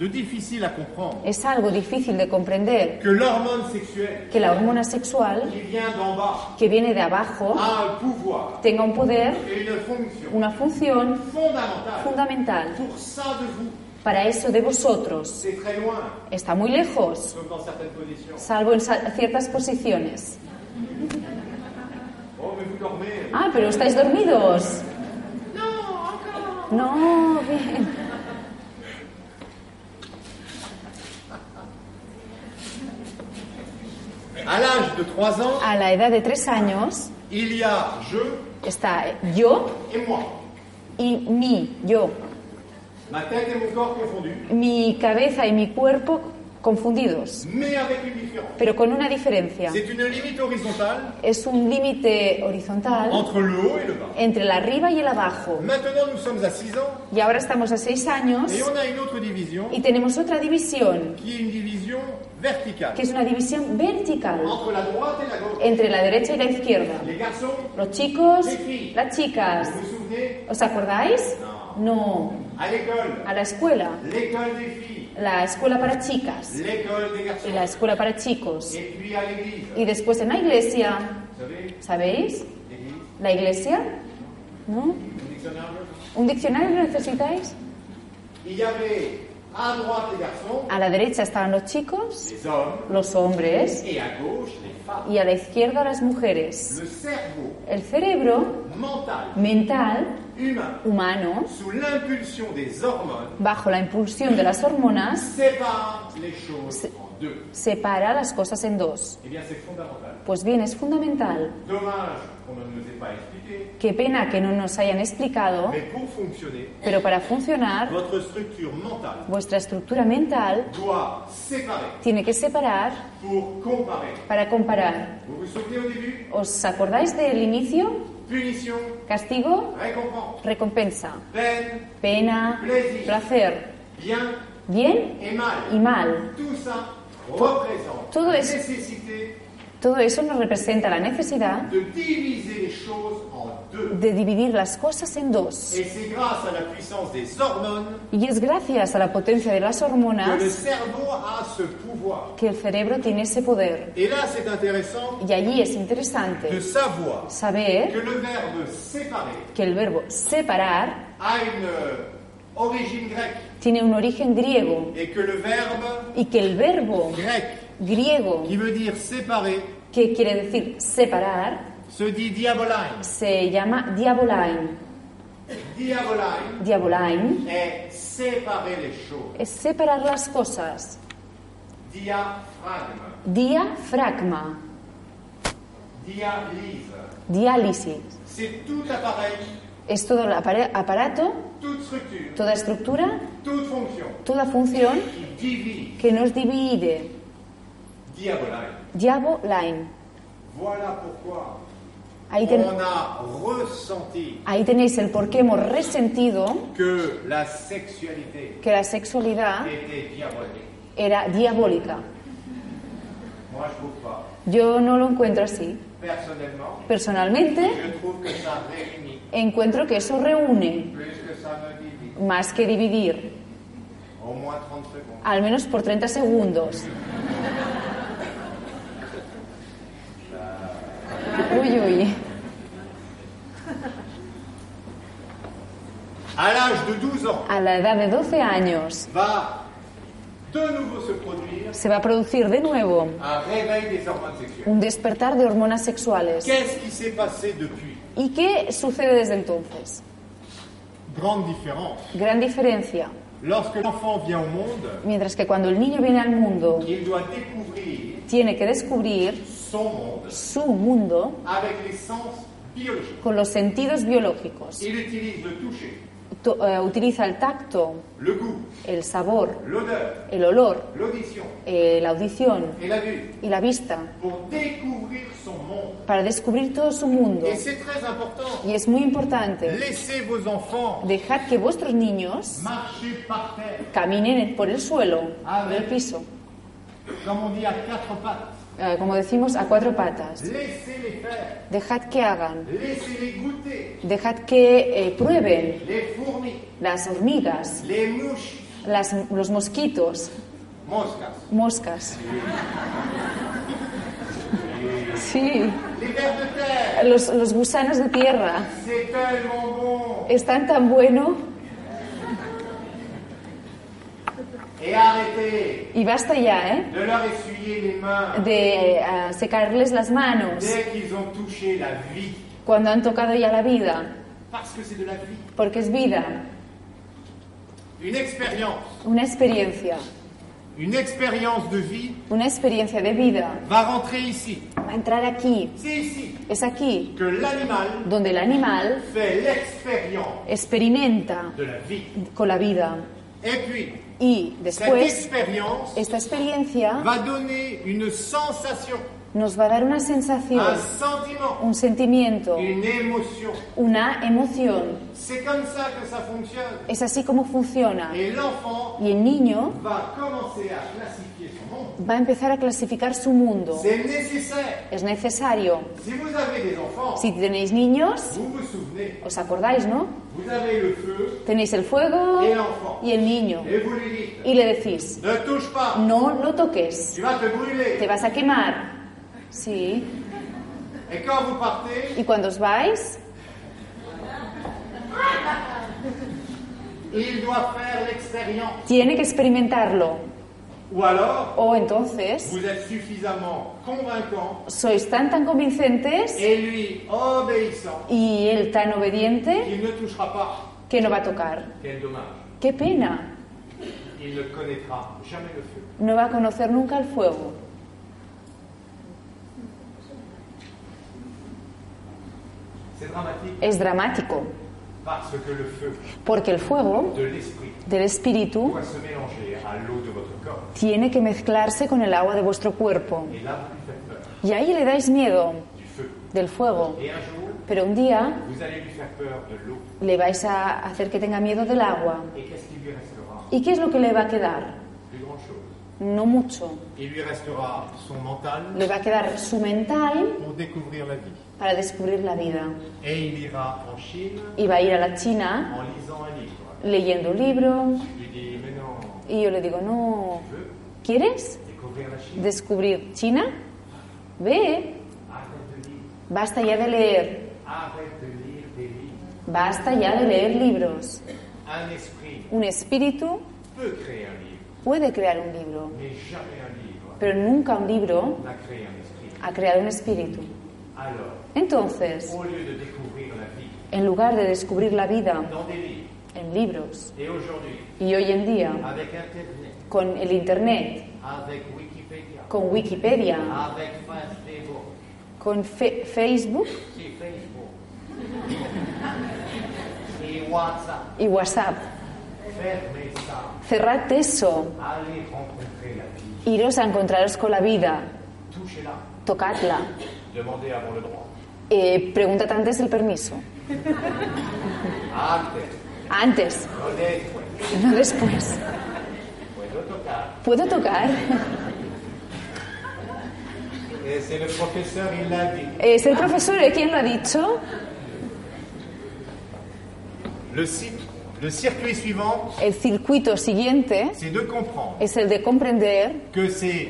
de difficile à comprendre. Es algo difícil de comprender Que l'hormone sexuelle que la hormona sexual qui vient d'en bas que viene de abajo a un pouvoir tenga un poder, et une fonction una función fondamentale. fundamental. Pour ça de vous, Para eso de vosotros c'est très loin, está muy lejos, sauf dans certaines positions. salvo en sa- ciertas posiciones. Oh, mais vous dormez. Ah, pero estáis dormidos. No, bien. À l'âge de 3 ans, A la edad de tres años il y a je está yo et moi. y mi yo. Ma tête et mon corps confondus. Mi cabeza y mi cuerpo confundidos, mais avec une différence. pero con una diferencia. C'est une limite horizontale Es un límite horizontal entre le haut et le bas. entre el arriba y el abajo. Maintenant, nous sommes à 6 ans Y ahora estamos a seis años et on a une autre division y tenemos otra división, qui est une division verticale que es una división vertical entre la droite et la gauche. entre la derecha y la izquierda. Les garçons, Los chicos, las chicas. vous vous souvenez ¿Os acordáis? No. À l'école, A la escuela. l'école des filles, La escuela para chicas. l'école des y La garçons, escuela para chicos. et puis à l'église. Y después en la iglesia. Vous savez, ¿Sabéis? l'église, ¿La iglesia? ¿No? le dictionnaire bleu. ¿Un diccionario necesitáis? Il y avait à droite les garçons, A la derecha estaban los chicos, les hommes, los hombres. et à gauche les femmes. Y a la izquierda las mujeres. Le cerveau El cerebro mental mental humain, humano, sous l'impulsion des hormones, bajo la impulsión de las hormonas, sépare les choses en deux. separa las cosas en dos. Eh bien, c'est fondamental. Pues bien, es fundamental Dommage qu'on ne nous ait pas expliqué, Qué pena que no nos hayan explicado, mais pour fonctionner, pero para funcionar, votre structure mentale vuestra estructura mental doit séparer tiene que separar pour comparer. para comparar. Vous vous souvenez au début ¿Os acordáis del inicio? Punition, Castigo, récompense, recompensa, peine, pena, placer, bien bien et y mal. mal. Tout ça représente Todo la es- nécessité Todo eso nos representa la necesidad de diviser les choses en deux. de dividir las cosas en dos. Et c'est grâce à la puissance des hormones Y es gracias a la potencia de las que le hormonas cerveau a ce pouvoir. que el cerebro tiene ese poder. Et là, c'est intéressant Y allí es de interesante savoir que saber le verbe séparer que el verbo separar a une euh, origine grecque tiene un origen griego et que le verbe y que el verbo grec griego, qui veut dire séparer que quiere decir separar, se dit diaboline. se llama diabolain. Diaboline Diabolain est séparer les choses. es separar las cosas. Diaphragme, Diafragma, dialyse. diálisis, C'est tout appareil, es todo el apare- aparato, toute structure, toda estructura, toute fonction toda función qui divise. que nos divide. Diaboline. Diabolain. Voilà pourquoi Ahí, ten- on a ressenti ahí tenéis el por qué hemos resentido que la sexualité que la sexualidad était diabolique. era diabólica. Moi, je trouve pas. Yo no lo encuentro así. Personnellement, Personalmente, je trouve que ça réunit encuentro que eso reúne plus que ça ne divise. más que dividir, Au moins 30 secondes. al menos por 30 segundos. Uy, uy. À l'âge de 12 ans, A la edad de 12 años va de nouveau se produire se va a producir de nuevo un réveil des hormones sexuelles. un despertar de hormonas sexuales. Qu'est-ce qui s'est passé depuis ¿Y qué sucede desde entonces? Grande différence. Gran diferencia. Lorsque l'enfant vient au monde, Mientras que cuando el niño viene al mundo, il doit découvrir tiene que descubrir son monde su mundo avec les sens biologiques. con los sentidos biológicos. Il utilise le toucher, To- eh, utiliza el tacto, le goût, el sabor, l'odeur, el olor, l'audition eh, la audición et la vue y la vista pour découvrir son monde. para descubrir todo su mundo. Et c'est très important. Y es muy importante Laissez vos enfants dejar que vuestros niños marcher par terre, caminen por el suelo, A por el ver. piso, comme on dit à quatre pattes. eh, como decimos, a cuatro patas. Laissez-les faire, Dejad que hagan, laissez-les goûter. dejad que eh, prueben Les fourmis, las hormigas, les mouches, las- los mosquitos, moscas, moscas. Sí, les vers de terre. los, los gusanos de tierra. C'est tellement bon. Están tan bueno Et arrêtez y basta ya, ¿eh? de leur essuyer les mains de eh, secarles las manos dès qu'ils ont touché la vie, cuando han tocado ya la vida, parce que c'est de la vie. porque es vida, Une expérience, una experiencia, une expérience de vie una experiencia de vida. va rentrer ici. Va a entrar aquí, C'est ici es aquí que l'animal donde el animal fait l'expérience experimenta de la vie. con la vida. Et puis, Y Cette después, expérience esta experiencia va donner une sensation, nos va a dar una sensación, un sentiment, un sentimiento, une émotion. una emoción. C'est comme ça que ça fonctionne. Es así como funciona. Et l'enfant Y el niño va commencer à classifier son monde. va a empezar a clasificar su mundo. C'est nécessaire. Es necesario. Si vous avez des enfants, Si tenéis niños, vous vous souvenez, os acordáis, ¿no? vous avez le feu Tenéis el fuego et l'enfant. y el niño. Et vous lui dites, Y le decís, ne touche pas, no lo toques, tu vas te brûler. te vas a quemar. Sí. Et quand vous partez, Y cuando os vais, il doit faire l'expérience. tiene que experimentarlo. Ou alors, O entonces, vous êtes suffisamment convaincant sois tan tan convincentes et lui obéissant y él tan obediente qu'il ne touchera pas. que no va a tocar. Quel dommage. ¡Qué pena! Il ne connaîtra jamais le feu. No va a conocer nunca el fuego. C'est dramatique Es dramático, parce que le feu porque el fuego de l'esprit del espíritu doit se mélanger à l'eau de votre corps. tiene que mezclarse con el agua de vuestro cuerpo. Et là, vous lui faites peur Y ahí le dais miedo du feu. del fuego. Et un jour, Pero un día vous allez lui faire peur de l'eau. le vais a hacer que tenga miedo del agua. Et qu'est-ce qui lui restera ¿Y qué es lo que le va a quedar? Plus grand-chose. No mucho. Il lui restera son mental Le va a quedar su mental pour découvrir la vie. para descubrir la vida. Et il ira en Chine Y va a ir a la China en lisant un livre. leyendo un libro Je lui dis, mais non, y yo le digo, no, tu veux ¿quieres découvrir la Chine descubrir China? Ve, Arrête de lire. basta ya de leer, Arrête de lire des livres. basta ya de leer libros. Un esprit Un espíritu peut créer un livre, puede crear un libro, mais jamais un livre pero nunca un libro n'a créé un esprit. ha creado un espíritu. Alors, Entonces, au lieu de découvrir la vie en lugar de descubrir la vida dans des livres, en libros, et aujourd'hui, y hoy en día avec Internet, con el Internet, avec Wikipédia, con Wikipedia, avec Facebook, con Fe- Facebook c'est Facebook, et WhatsApp, y WhatsApp, fermez ça, cerrad eso, allez rencontrer la vie, iros a encontraros con la vida, touchez-la, tocadla. demandez avant le droit. Eh, pregúntate antes el permiso. Antes, Antes, no después, no después. puedo tocar. ¿Puedo tocar? Et c'est le professeur, il l'a dit. ¿Es el profesor eh, quien lo ha dicho? Le, ci- le circuit suivant, El circuito siguiente c'est de comprendre es el de comprender que ces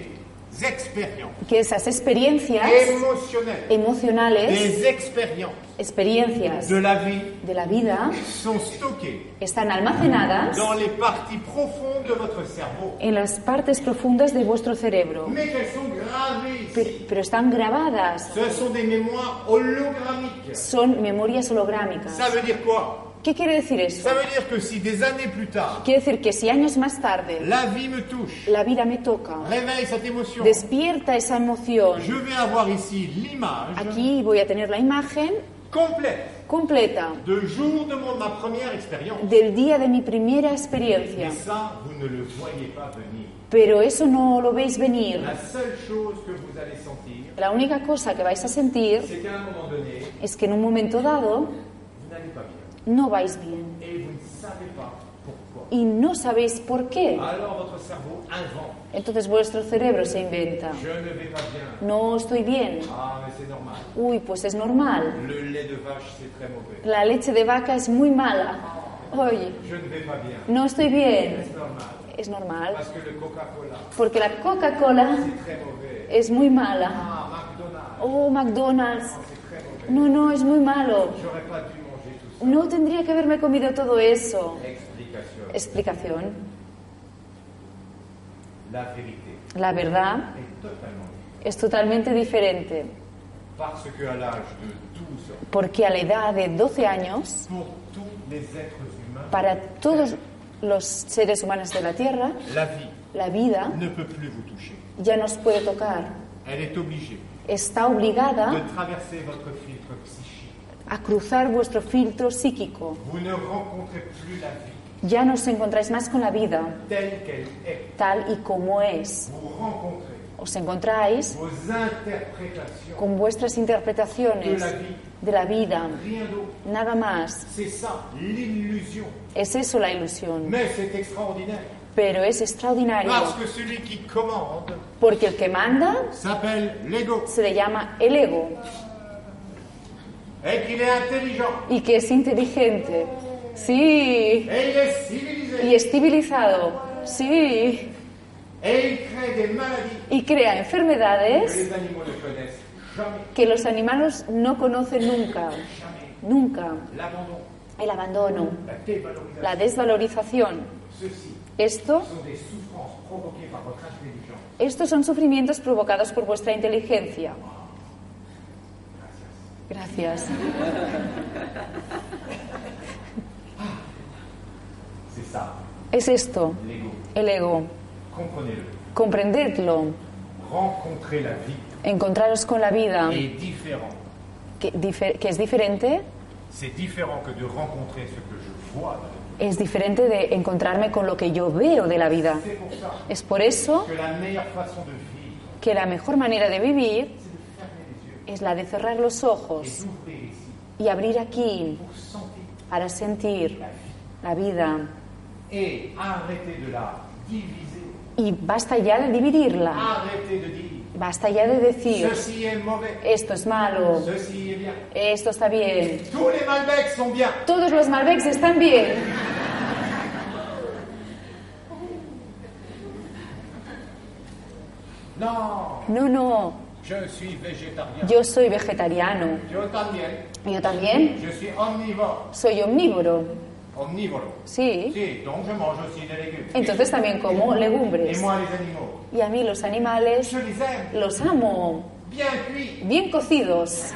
expériences que esas experiencias émotionnelles, emocionales, des expériences experiencias de la vie de la vida, sont stockées están almacenadas dans les parties profondes de votre cerveau, en las partes profundas de vuestro cerebro, mais qu'elles sont gravées pero, ici. pero están grabadas, Ce sont des mémoires hologrammiques. son memorias holográmicas. Ça veut dire quoi ¿Qué quiere decir eso? Ça veut dire que si des années plus tard, Quiere decir que si años más tarde la vie me touche, la vida me toca, réveille cette émotion, despierta esa emoción, je vais avoir ici l'image aquí voy a tener la imagen complète completa de jour de mon- ma première expérience. del día de mi primera Et experiencia, ça, vous ne le voyez pas venir. pero eso no lo veis venir. La seule chose que vous allez sentir, La única cosa que vais a sentir c'est qu'à un moment donné, es que en un momento dado vous n'allez pas bien. no vais bien Et vous ne savez pas pourquoi. y no sabéis por qué. Alors votre cerveau invente. Entonces vuestro cerebro se inventa. Je ne vais pas bien. No estoy bien. Ah, mais c'est normal. Uy, pues es normal. Le lait de vache, c'est très mauvais. La leche de vaca es muy mala. Oye, Je ne vais pas bien. no estoy bien. C'est normal. Es normal. Parce que le Coca-Cola, Porque la Coca-Cola c'est très mauvais. es muy mala. Ah, McDonald's, Oh, McDonald's. c'est très mauvais. No, no, es muy malo. J'aurais pas dû manger tout No tendría que haberme comido todo eso. ça. Explication. Explicación. La vérité La verdad est totalement es totalmente diferente. Parce qu'à l'âge de 12 ans, Porque a la edad de 12 años, pour tous les êtres humains, para todos los seres humanos de la Tierra, la vie la vida ne peut plus vous toucher. ya nos puede tocar. Elle est obligée Está obligada de traverser votre filtre psychique. a cruzar vuestro filtro psíquico. Vous ne rencontrez plus la vie Ya no os encontráis más con la vida telle qu'elle est. tal y como es. Vous rencontrez Os encontráis vos interprétations con vuestras interpretaciones de la vida, Rien d'autre. nada más. C'est ça, l'illusion. Es eso la ilusión, Mais c'est extraordinaire. pero es extraordinario Parce que celui qui commande porque el que manda s'appelle l'ego se le llama el ego et qu'il est intelligent y que es inteligente. Sí, et il est y civilisé es civilizado. Sí, et il crée des maladies y crea que enfermedades les animaux ne connaissent jamais. que los animales no conocen nunca. Nunca. L'abandon, El abandono, la la dévalorisation, desvalorización. ceci Esto, sont des souffrances provoquées par votre intelligence. estos son sufrimientos provocados por vuestra inteligencia. Gracias. C'est ça, Es esto, l'ego. el ego. Comprenez-le. Comprendedlo, Rencontrer la vie encontraros con la vida, est différent. que, dife- que es diferente, C'est différent que de rencontrer ce que je vois. es diferente de encontrarme con lo que yo veo de la vida. C'est pour ça Es por eso que la meilleure façon de vivre, que la mejor manera de vivir c'est de fermer les yeux es la de cerrar los et ojos d'ouvrir ici y abrir aquí pour sentir para sentir la vie la vida. et arrêter de la diviser. Y basta ya de dividirla, Arrêter de dire basta ya de decir, ceci est mauvais, esto es malo, ceci est bien. esto está bien, Tous les Malbecs sont bien. todos los Malbecs están bien. Non, No, no, je suis végétarien. yo soy vegetariano. Je también. Yo también Je suis omnivore. soy omnívoro, Omnivore. sí. Si, donc je mange aussi des légumes. Entonces también como Et legumbres. moi, les animaux, Y a mí los animales je les aime. los amo, Bien cuits. bien cocidos.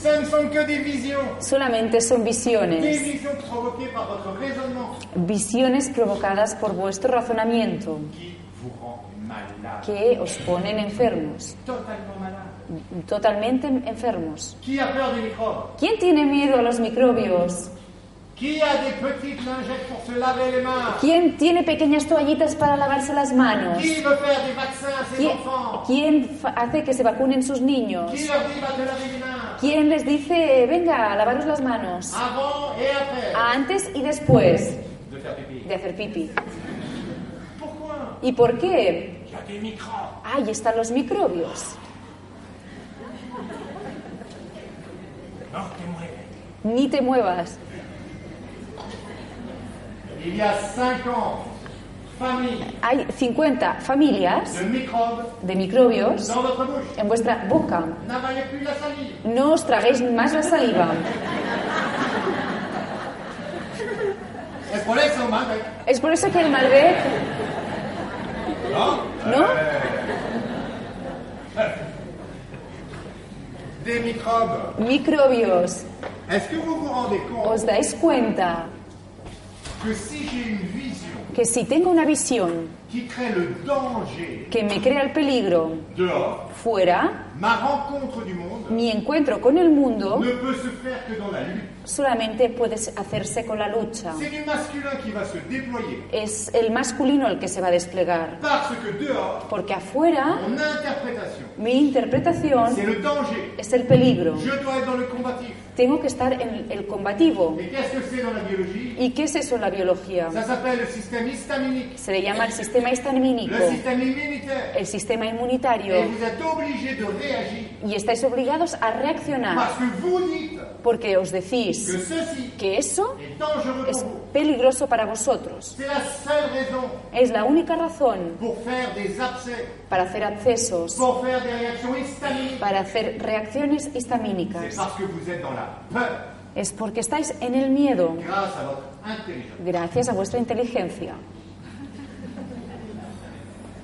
Ce ne sont que des visions. Solamente son Des visiones, visions provoquées par votre raisonnement visiones provocadas por vuestro razonamiento qui vous rend malade. que os ponen enfermos, Totalement malade. totalmente enfermos. Qui a peur du microbe ¿Quién tiene miedo a los microbios? Qui a des petites lingettes pour se laver les mains ¿Quién tiene pequeñas toallitas para lavarse las manos? Qui veut faire des vaccins à ses ¿Quién, enfants quién fa- hace que se vacunen sus niños? Qui leur dit va te laver les mains ¿Quién les dice, venga, lavaros las manos? Avant et après Antes y después. de faire pipi. de hacer pipi. Pourquoi ¿Y por qué? Il y a des microbes. Ahí están los microbios. Non, t'es mauvais. Ni te muevas. Il y a 50 familles Hay 50 familias de microbes de microbios dans votre bouche. en vuestra boca. N'avalez plus la salive. No os traguéis más la saliva. Est-ce qu'on laisse au Malbec Es por eso que el Malbec, Non ¿no? Des microbes. Microbios. Est-ce que vous vous rendez compte ¿Os dais cuenta que si j'ai une vision que si tengo una visión qui crée le danger que me crea el peligro dehors, fuera, ma rencontre du monde mi encuentro con el mundo ne peut se faire que dans la lutte. solamente puede hacerse con la lucha? C'est du masculin qui va se déployer Es el masculino el que se va a desplegar. parce que dehors, Porque afuera mon interprétation, Mi interpretación c'est le danger. es el peligro. Je dois être dans le combatif. Tengo que estar en el combativo. Et qu'est-ce que c'est dans la biologie ¿Y qué es eso en la biología? Ça s'appelle le système histaminique, Se le llama el sistema histamínico, le système immunitaire. el sistema inmunitario. Et vous êtes obligé de réagir Y estáis obligados a reaccionar parce que vous dites porque os que decís ceci que eso est dangereux es pour vous. peligroso para vosotros. C'est la seule raison Es la única razón pour faire des abcès, para hacer accesos, pour faire des réactions histaminiques. para hacer reacciones C'est histamínicas. parce que vous êtes dans la peur Es porque estáis en el miedo grâce à votre intelligence. gracias a vuestra inteligencia.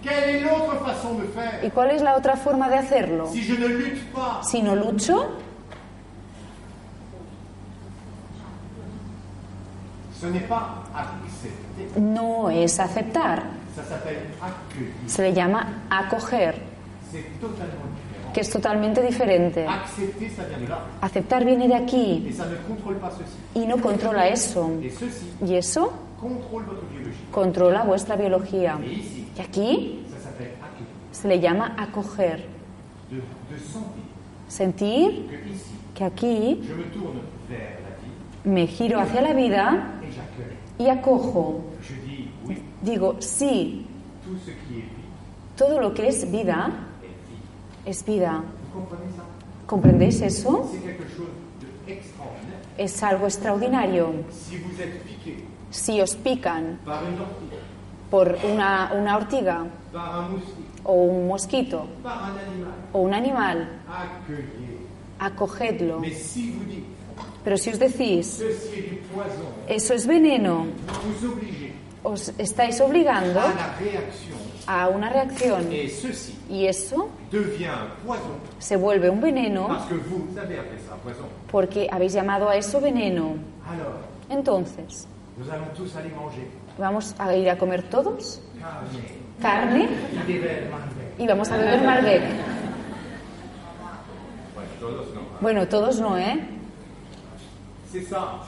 Quelle est l'autre façon de ¿Y faire cuál es la otra forma de hacerlo? Si je ne lutte pas, Si no lucho, ce n'est pas accepter. no es aceptar, Ça s'appelle accueillir. se le llama acoger. C'est totalement différent. que es totalmente diferente. Accepter, ça vient de là. Aceptar viene de aquí Et ça ne contrôle pas ceci. y no controla eso. Et ceci Y eso contrôle votre biologie. controla vuestra biología. Et ici, Y aquí ça s'appelle accueillir. se le llama acoger. De, de sentir Sentir que ici, que aquí je me tourne vers la vie me giro hacia la vida et j'accueille. y acojo. Je dis oui, Digo, sí, tout ce qui est vie todo lo que es vida est vie. es vida. Vous comprenez ça ¿Comprendéis eso? C'est quelque chose d'extraordinaire. Es algo extraordinario. Si vous êtes piqué Si os pican par une ortie, por una, una ortiga par un moustique, o un mosquito par un animal, o un animal, accueillez. acogedlo. Mais si vous dites Pero si os decís, ceci est du poison, eso es veneno, vous vous obligez os estáis obligando à la réaction a una reacción et ceci y eso devient un poison se vuelve un veneno parce que vous avez appelé ça un poison. porque habéis llamado a eso veneno. Alors, Entonces, nous allons tous aller manger Ah, vamos a ir a comer todos carne, carne il est vert, malgré. y vamos a beber Malbec. Ouais, todos, non. Bueno, todos no, ¿eh? C'est ça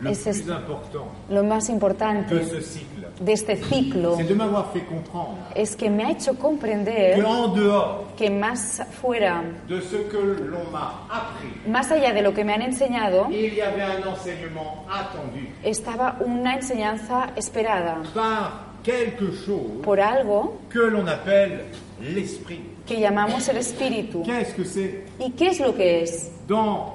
le Et c'est- plus important Lo más de importante ce cycle. de este ciclo C'est de m'avoir fait comprendre es que me ha hecho que comprender en dehors que más fuera, de ce que l'on m'a appris, más allá de lo que me han enseñado, il y avait un enseignement attendu estaba una enseñanza esperada par quelque chose por algo que l'on appelle l'esprit. que llamamos el espíritu. Qu'est-ce que c'est ¿Y qué es lo que es? Dans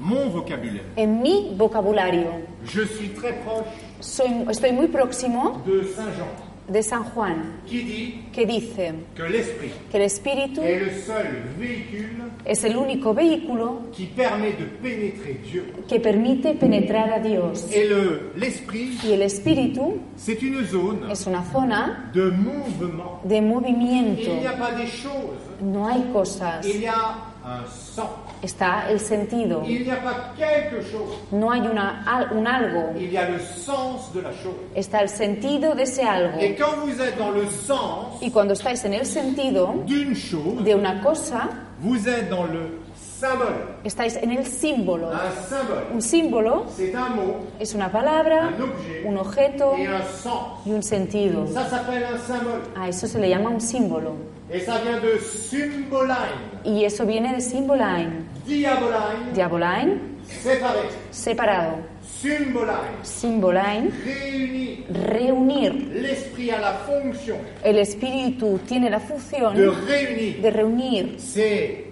mon vocabulaire, En mi vocabulario, je suis très proche soy- estoy muy próximo de Saint Jean, de San Juan, qui dit que dice que l'esprit que el espíritu est le seul véhicule es el único vehículo qui permet de pénétrer Dieu. que permite penetrar a Dios. Et le- l'esprit, Y el espíritu c'est une zone es una zona de mouvement. de movimiento. Il n'y a pas des choses, No hay cosas. il y a un sang. Está el sentido. Il n'y a pas quelque chose, No hay una, al- un algo. il y a le sens de la chose. Está el sentido de ese algo. Et quand vous êtes dans le sens Y cuando estáis en el sentido d'une chose, de una cosa, vous êtes dans le symbole. estáis en el símbolo. Un symbole, Un símbolo c'est un mot es una palabra, Un objeto. un objeto et un sens. y un sentido. Ça s'appelle un symbole. A eso se le llama un símbolo. Et ça vient de symboline, Y eso viene de symboline. diaboline, Diaboline, séparé. separado. Symboline, Symboline, réunir reunir. l'esprit a la fonction El espíritu tiene la de función réunir. de reunir. C'est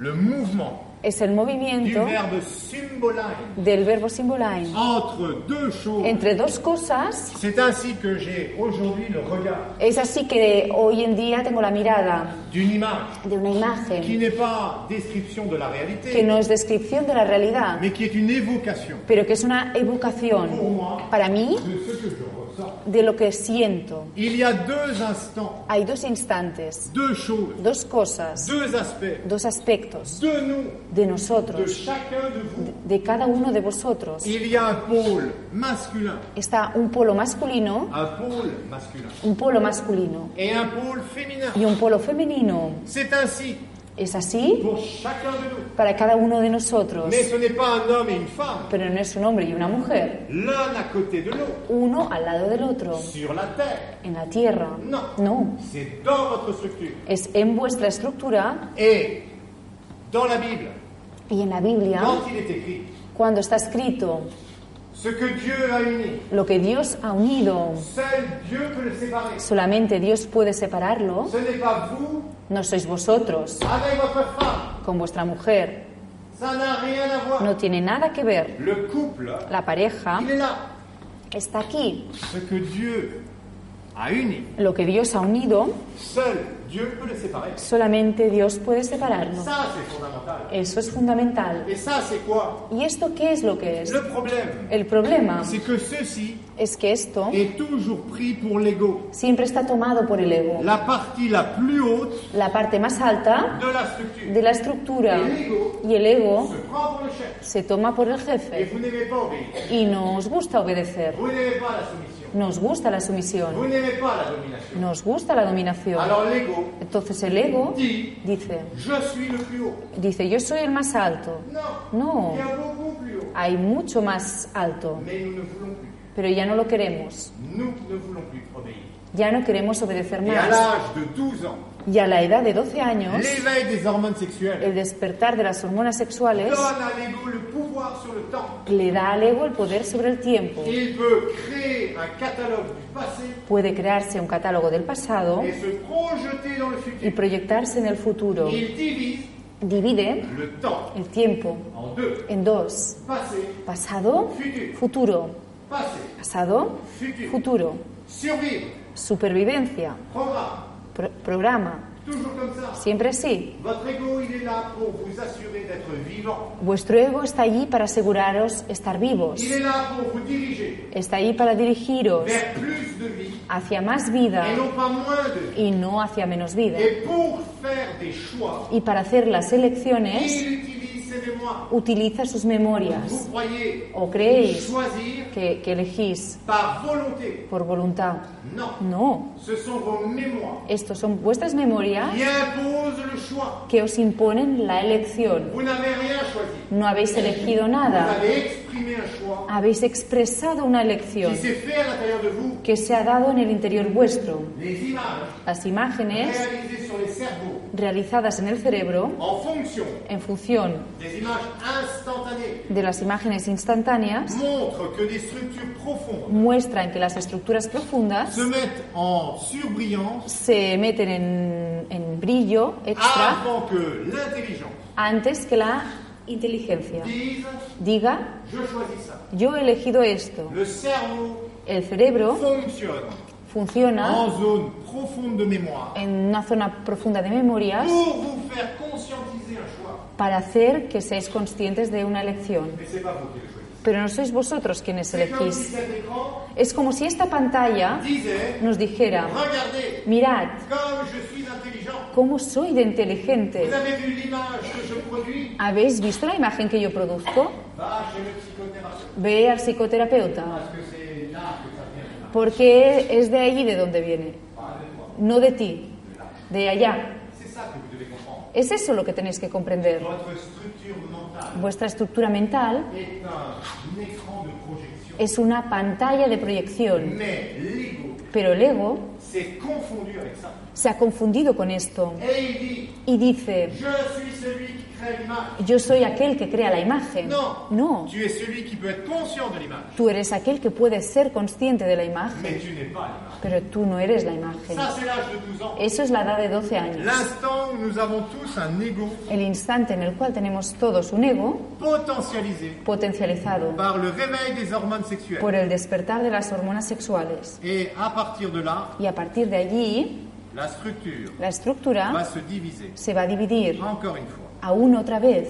le mouvement Es el du movimiento verbe symboline del verbo symboline. entre deux choses. Entre dos cosas, C'est ainsi que j'ai aujourd'hui le regard es así que hoy en día tengo la mirada d'une image de una imagen qui n'est pas description de la que réalité, no es descripción de la realidad, mais qui est une évocation pero que es una pour evocación moi para mí de ce que je ressens. de lo que siento. Il y a deux instants, Hay dos instantes, deux choses, dos cosas, deux aspects dos aspectos de nous, de de nosotros, chacun de vous. de cada uno de vosotros. Il y a un pôle masculin, Está un polo masculino, un pôle masculin un polo masculino et un pôle féminin. y un polo femenino. C'est ainsi Es así pour chacun de nous. para cada uno de nosotros, Mais ce n'est pas un homme et une femme, pero no es un hombre y una mujer, l'un à côté de l'autre, uno al lado del otro. sur la terre. En la tierra. No. No. C'est dans votre structure. Es en vuestra estructura Et dans la Bible, y en la Biblia quand il est écrit, cuando está escrito ce que Dieu a uni, lo que Dios ha unido, seul Dieu peut le séparer. solamente Dios puede separarlo. Ce n'est pas vous No sois vosotros avec votre femme. con vuestra mujer. Ça n'a rien à voir. No tiene nada que ver. Le couple, La pareja il est là. está aquí. Ce que Dieu a uni, Lo que Dios ha unido, seul Dieu peut le séparer. solamente Dios puede separarlo. Ça, c'est fondamental. Eso es fundamental. Et ça, c'est quoi ¿Y esto qué es lo que es? Le problème, El problema c'est que ceci es que esto est toujours pris pour l'ego. siempre está tomado por el ego. La partie la plus haute La parte más alta de la structure de la estructura El ego. y el ego se prend pour le chef. se toma por el Et jefe vous n'aimez pas obéir. y nos gusta obedecer. Vous n'aimez pas la soumission. Nos gusta la Vous sumisión. n'aimez pas la domination. Nos gusta la dominación. Alors l'ego Entonces el ego dit dice, je suis le plus haut. dice, yo soy el más alto. Non, No, il y a beaucoup plus haut. hay mucho más alto, Mais nous ne voulons plus. pero ya no lo queremos. Nous ne voulons plus obéir. Ya no queremos obedecer Et à más. l'âge de 12 ans, Y a la edad de 12 años, l'éveil des hormones sexuelles el despertar de las hormonas sexuales donne à l'ego le pouvoir sur le temps. le da al ego el poder sobre el tiempo. Il peut créer un catalogue du passé Puede crearse un catálogo del pasado et se projeter dans le y futur. proyectarse en el futuro. Il divise Divide le temps el tiempo en deux. en dos. Passé, Pasado, futur. futuro. Passé, Pasado, futur. futuro. Survivre, Supervivencia, programme, pro- programa. toujours comme ça. Siempre así. Votre ego, il est là pour vous assurer d'être vivant. Vuestro ego está allí para aseguraros estar vivos. Il est là pour vous diriger Está allí para dirigiros vers plus de vie hacia más vida et non pas moins de vie. y no hacia menos vida. Et pour faire des choix, Y para hacer las elecciones il utilise ses mémoires. utiliza sus Vous memorias. croyez ¿O creéis choisir que, que elegís par volonté por voluntad? Non, No. ce sont vos mémoires Estos son vuestras memorias qui imposent le choix. que os imponen la elección. Vous n'avez rien choisi. No habéis elegido Vous nada. avez exprimé un choix Habéis expresado una qui elección s'est fait à l'intérieur de vous. que se ha dado en el interior vuestro. Les images Las imágenes réalisées sur les cerveaux realizadas en el cerebro en fonction en función des images instantanées de las imágenes instantáneas montrent que des structures profondes muestran que las estructuras profundas se mettent en surbrillance se meten en, en brillo extra avant que l'intelligence antes que la inteligencia dise diga je choisis ça. yo he elegido esto. Le cerveau El cerebro fonctionne funciona en zone profonde de mémoire en una zona profunda de memorias pour vous faire conscientiser un choix. para hacer que seáis conscientes de una elección. Mais c'est pas vous qui le choisissez. Pero no sois vosotros quienes C'est comme si elegís. cet écran Es como si esta pantalla disait nos dijera, regardez mirad, comme je suis intelligent. ¿cómo soy de inteligente? Vous avez vu l'image que je produis ¿Habéis visto la imagen que yo produzco? Va chez le psychothérapeute. Ve al psicoterapeuta, Parce que c'est là que ça vient. porque es de allí de donde viene, Pas de moi. no de ti, de allá. C'est ça que vous devez comprendre. Es eso lo que tenéis que comprender. Votre structure mentale Vuestra estructura mental est un écran de projection. es una pantalla de proyección, Mais l'ego pero el ego s'est confondu avec ça. se ha confundido con esto Et il dit y dice, Je suis celui qui crée l'image. yo soy aquel que crea la imagen. Non. No, Tu es celui qui peut être conscient de l'image, tú eres aquel que puede ser consciente de la imagen, mais tu n'es pas l'image. pero tú no eres la imagen. Ça, c'est l'âge de 12 ans. Eso es la edad de 12 años. L'instant où nous avons tous un ego El instante en el cual tenemos todos un ego potentialisé potencializado par le réveil des hormones sexuelles. por el despertar de las hormonas sexuales. Et à partir de là, Y a partir de allí, la structure la estructura va se diviser. se va a dividir Encore une fois. aún otra vez.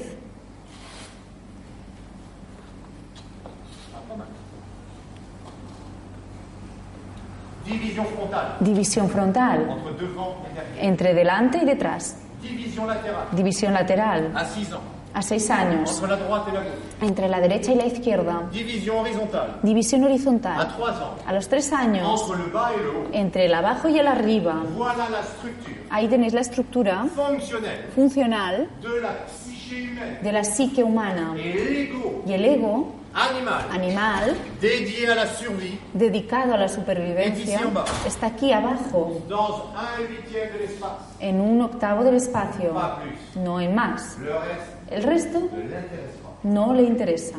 Division frontale División frontal, entre devant et derrière. entre delante y detrás. Division latérale División lateral, à 6 ans a seis años, entre la droite et la gauche. entre la derecha y la izquierda. Division horizontale División à horizontal, 3 ans a los tres años, entre le bas et le haut. entre el abajo y el arriba. Voilà la structure Ahí tenéis la estructura fonctionnelle funcional de la psyché humaine de la psique humana. et l'ego Y el ego, animal animal, dédié à la survie dedicado a la supervivencia, está aquí abajo, dans un huitième de l'espace, en un octavo del espacio, pas plus. no en más. Le reste El resto ne l'intéresse pas. no le interesa.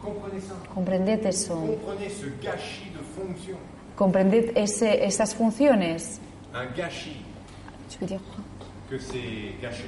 Comprenez ça. Comprended eso, Comprenez ce gâchis de fonction. comprended ese- esas funciones, Un gâchis que c'est gâché.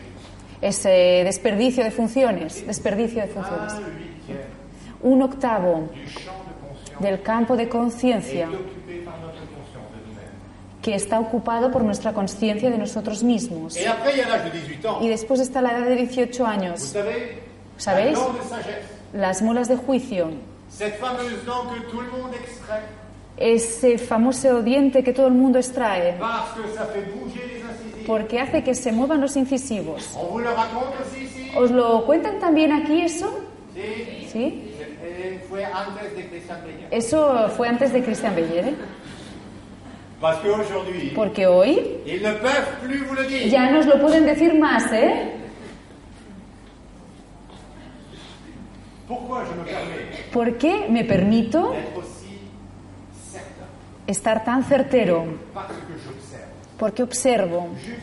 ese desperdicio de funciones, desperdicio de funciones. Un huitième Un octavo du champ de conscience del campo de conciencia est occupé par notre conscience de nous-mêmes. que está ocupado por nuestra conciencia de nosotros mismos. Et après, il y a l'âge de 18 ans. Y después está la edad de 18 Vous años, savez, Savez la langue de sagesse, las muelas de juicio, cette fameuse langue que tout le monde extrait ese famoso diente que todo el mundo extrae, parce que ça fait bouger les incisives. porque hace que se muevan los incisivos. On vous le raconte aussi ici ¿Os lo cuentan también aquí eso? Si. ¿Sí? Il faut fue antes de Christian Breyer. Eso fue antes de Christian Bellere, Parce qu'aujourd'hui, porque hoy ils ne peuvent plus vous le dire. ya nos lo pueden decir más, ¿eh? Pourquoi je me permets ¿Por qué me permito d'être aussi certain estar tan certero? Parce que j'observe. Porque observo, Juste,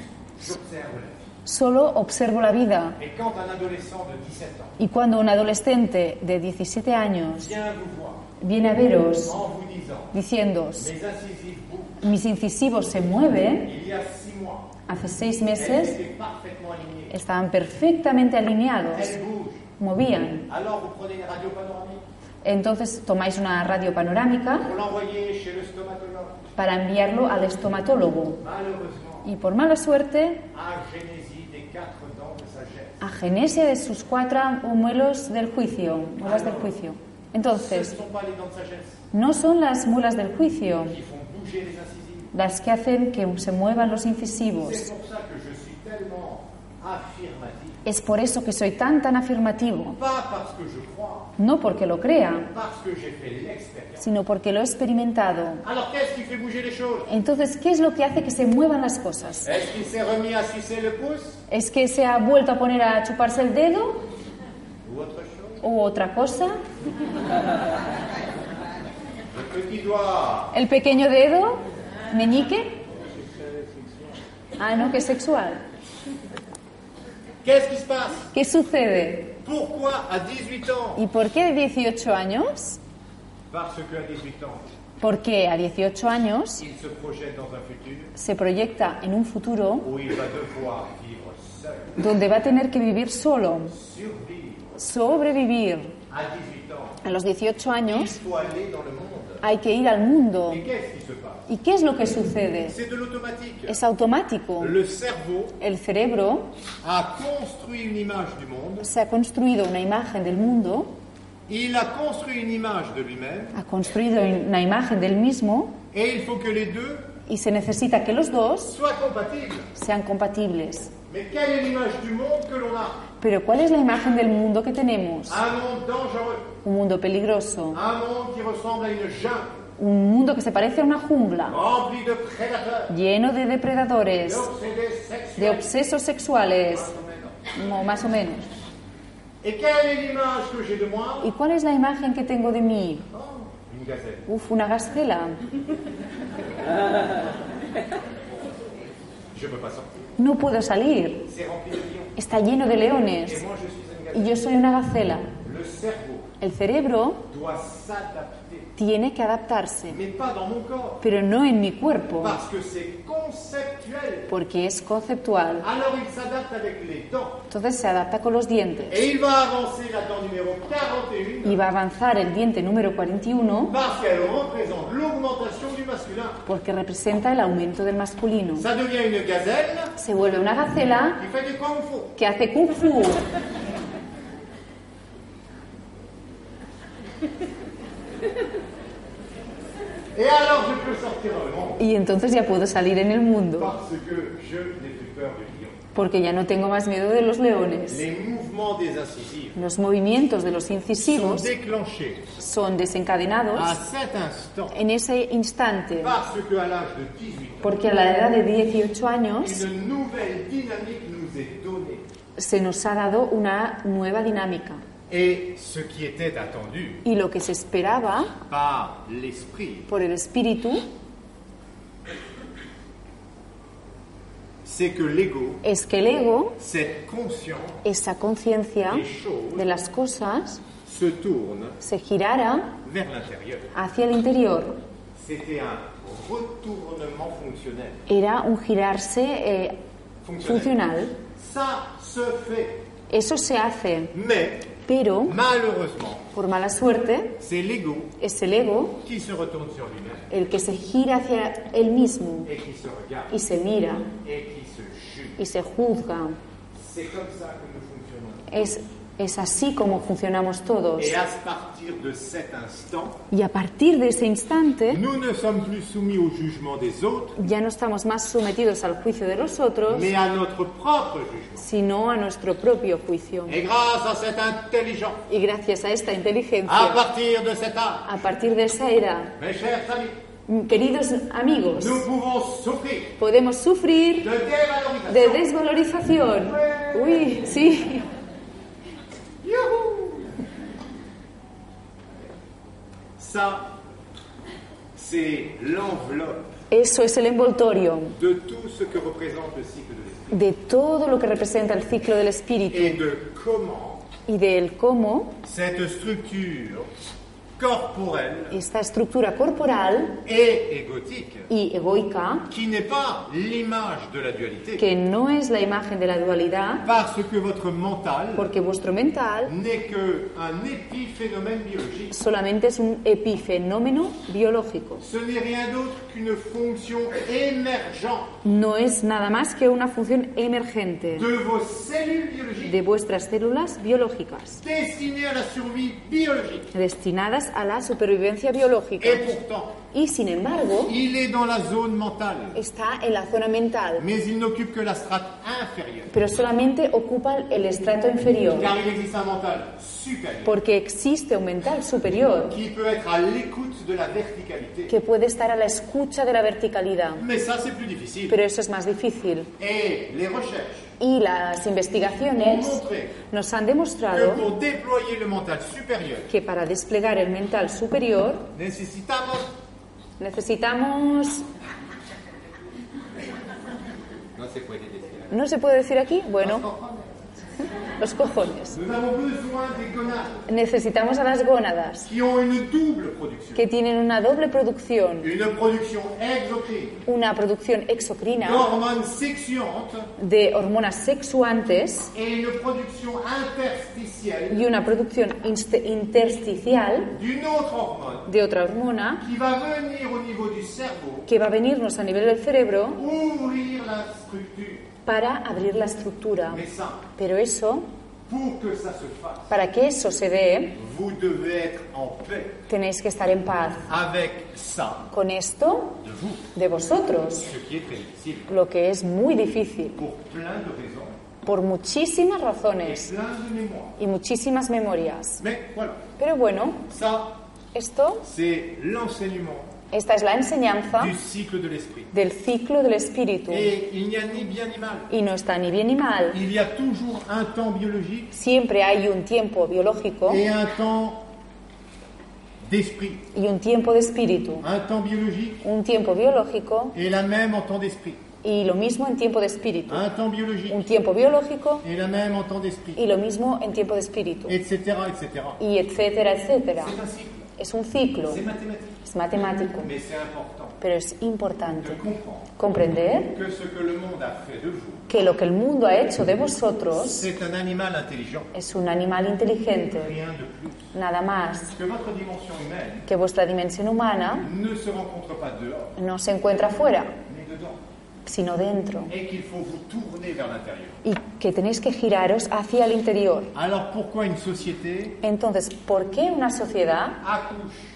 j'observe la vie. solo observo la vida. Et quand un adolescent de 17 ans Y cuando un adolescente de 17 años vient vous voir viene a veros en vous disant diciéndoos, Mes incisifs bougent, mis incisivos se mueven, il y a 6 mois, hace seis elles meses étaient parfaitement alignées. estaban perfectamente alineados, Elles bougent. movían. Alors vous prenez une radio panoramique, Entonces tomáis una radio panorámica vous l'envoyez chez le stomatologue. para enviarlo al estomatólogo. Malheureusement, Y por mala suerte, à génésie des quatre dents de sagesse. agenesia de sus cuatro muelos del juicio, muelas del juicio. Ce ne Entonces, sont pas les dents de sagesse no son las muelas del juicio qui font bouger les incisives. las que hacen que se muevan los incisivos. C'est pour ça que je suis tellement affirmatif. Es por eso que soy tan tan afirmativo, Pas parce que je crois, no porque lo crea, parce que j'ai fait l'expérience. sino porque lo he experimentado. Alors qu'est-ce qui fait bouger les choses Entonces, ¿qué es lo que hace que se muevan las cosas? Est-ce qu'il s'est remis à sucer le pouce ¿Es que se ha vuelto a poner a chuparse el dedo ou autre chose o otra cosa? Le petit doigt, ¿El pequeño dedo? ¿Meñique? Ah, no, que es sexual. qu'est-ce qui se passe ¿Qué sucede? Pourquoi à 18 ans ¿Y por qué 18 años? Parce qu'à 18 ans, Porque a 18 años il se projette dans un futur se proyecta en un futuro où il va devoir vivre seul, donde va a tener que vivir solo, survivre. sobrevivir. À 18 ans, A los 18 il años faut aller dans le monde. hay que ir al mundo. Et qu'est-ce qui se passe ¿Y qué es lo que sucede? C'est de l'automatique. Es automático. Le cerveau El cerebro a construit une image du monde, se ha construido una imagen del mundo, il a construit une image de lui-même, ha construido una imagen del mismo et il faut que les deux y se necesita que los dos soient compatibles. sean compatibles. Mais quelle est l'image du monde que l'on a Pero ¿cuál es la imagen del mundo que tenemos? Un monde dangereux, Un mundo peligroso, un monde qui ressemble à une jungle, un mundo que se parece a una jungla, remplie de prédateurs, lleno de depredadores, d'obsédés de sexuels. obsesos sexuales, mo- más o menos. Et quelle est l'image que j'ai de moi ¿Y cuál es la imagen que tengo de mí? Oh, Une gazelle. Uf, una gacela. Je ne peux pas sortir. No puedo salir, C'est rempli de lions. está lleno de Et leones moi, je suis une y gazelle. yo soy una gacela. Le cerveau El cerebro doit s'adapter, tiene que adaptarse, mais pas dans mon corps, pero no en mi cuerpo, parce que c'est conceptuel. porque es conceptual. Alors il s'adapte avec les dents. Entonces se adapta con los dientes Et il va avancer la dent numéro 41 y va a avanzar el diente número 41 parce qu'elle représente l'augmentation du masculin. porque representa el aumento del masculino. Ça devient une gazelle Se vuelve una gacela qui fait du kung fu. que hace kung fu. Et alors je peux sortir dans le monde Y entonces ya puedo salir en el mundo, parce que je n'ai plus peur du lion. porque ya no tengo más miedo de los leones. Les mouvements des incisives Los movimientos de los sont incisivos déclenchés son à desencadenados cet instant en ese instante, parce qu'à l'âge de 18 ans, porque a la edad de 18 años une nouvelle dynamique nous est donnée. se nos ha dado una nueva dinámica. Et ce qui était attendu Y lo que se esperaba par l'esprit, por el espíritu c'est que l'ego, es que el ego, cette conscience, esa conciencia de las cosas, se tourne se girara vers l'intérieur. hacia el interior. C'était un retournement fonctionnel. Era un girarse eh, funcional. Ça se fait. Eso se hace, Mais pero malheureusement, por mala suerte c'est l'ego es el ego qui se retourne sur lui-même el que se gira hacia él mismo et qui se regarde y se mira et qui se juge. y se juzga. C'est comme ça que nous fonctionnons. Es Es así como funcionamos todos. Et à partir de cet instant, Y a partir de ese instante nous ne sommes plus soumis au jugement des autres, ya no estamos más sometidos al juicio de los otros, mais à notre propre jugement. sino a nuestro propio juicio. Et grâce à cette intelligence, Y gracias a esta à inteligencia, partir de cet âge, a partir de esa era, mes chers amis, queridos amigos, nous pouvons souffrir podemos sufrir de dévalorisation. de desvalorización. Uy, sí. Youhou Ça, c'est l'enveloppe Eso es el envoltorio de tout ce que représente le cycle de l'esprit de todo lo que representa el ciclo del espíritu et de comment y del cómo cette structure corporelle esta estructura corporal et égotique, y egoica, qui n'est pas l'image de la dualité, que no es la imagen de la dualidad, parce que votre mental porque vuestro mental n'est qu'un épiphénomène biologique. solamente es un epifenómeno biológico. Ce n'est rien d'autre qu'une fonction émergente No es nada más que una función emergente de vos cellules biologiques de vuestras células biológicas, destinées à la survie biologique. destinadas a la supervivencia biológica. Et pourtant, Y sin embargo, il est dans la zone mentale, está en la zona mental, mais il n'occupe que la strate inférieure, pero solamente ocupa el estrato inferior, car il existe un mental supérieur porque existe un mental superior qui peut être à l'écoute de la verticalité. que puede estar a la escucha de la verticalidad, Mais ça, c'est plus difficile. pero eso es más difícil. Et les recherches Y las ont investigaciones montré nos han que demostrado pour déployer le mental supérieur, que para desplegar el mental superior necesitamos... necesitamos... Non, c'est quoi les désirs ¿No se puede decir aquí? Bueno, los cojones. Nous avons besoin des gonades Necesitamos a las gónadas, qui ont une double production. que tienen una doble producción, Une production exocrine una producción exocrina d'hormones sexuantes de hormonas sexuantes et une production interstitielle y una producción inst- intersticial d'une autre hormone de otra hormona qui va venir au niveau du cerveau que va a venirnos a nivel del cerebro ouvrir la structure. para abrir la estructura. Mais ça, Pero eso, pour que ça se fasse, para que eso se dé, vous devez être en paix tenéis que estar en paz avec ça con esto de vous, de vosotros, ce qui est très difficile lo que es muy difícil pour plein de raisons por muchísimas et razones plein de mémoires. y muchísimas memorias. Mais voilà, Pero bueno, ça, esto, c'est l'enseignement esta es la enseñanza du cycle de l'esprit. del ciclo del espíritu Et il n'y a ni bien ni mal. y no está ni bien ni mal. Il y a toujours un temps biologique Siempre hay un tiempo biológico et un temps d'esprit. y un tiempo de espíritu. Un temps biologique Un tiempo biológico et la même en temps d'esprit. y lo mismo en tiempo de espíritu. Un temps biologique Un tiempo biológico et la même en temps d'esprit. y lo mismo en tiempo de espíritu. Etc. etc. Y etcétera, etcétera. C'est un cycle. Es un ciclo, C'est mathématique. es matemático, Mais c'est important pero es de importante comprendre comprender que ce que le monde a fait de vous, que lo que el mundo ha hecho de vosotros c'est un animal intelligent. es un animal inteligente, Rien de plus. nada más Que votre dimension humaine que vuestra dimensión humana ne se rencontre pas dehors, no se encuentra fuera, mais dedans. sino dentro, Et qu'il faut vous tourner vers l'intérior. y que tenéis que giraros hacia el interior. Alors pourquoi une société Entonces, ¿por qué una sociedad accouche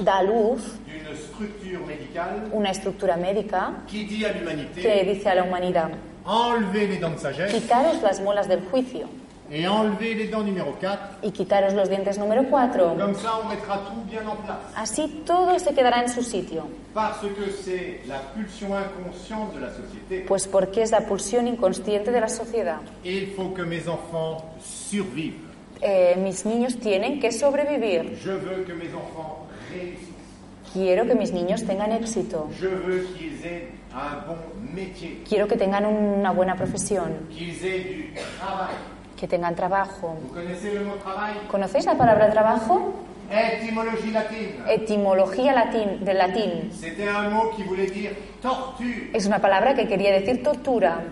da a luz d'une structure médicale una estructura médica qui dit à que l'humanité dice a la humanidad, enlevez les dents de sagesse quitaros las muelas del juicio et enlevez les dents numéro 4 y quitaros los dientes número 4? Comme ça, on mettra tout bien en place. Así todo se quedará en su sitio, Parce que c'est la pulsion inconsciente de la société. pues porque es la pulsión inconsciente de la sociedad. Et il faut que mes enfants survivent. Eh, mis niños tienen que sobrevivir. Je veux que mes enfants réussissent. Quiero que mis niños tengan éxito. Je veux qu'ils aient un bon métier, Quiero que tengan una buena profesión, qu'ils aient du travail. que tengan trabajo. Vous connaissez le mot travail ¿Conocéis la palabra trabajo? Étymologie latine. Etimología latín, del latín. C'était un mot qui voulait dire tortue. Es una palabra que quería decir tortura.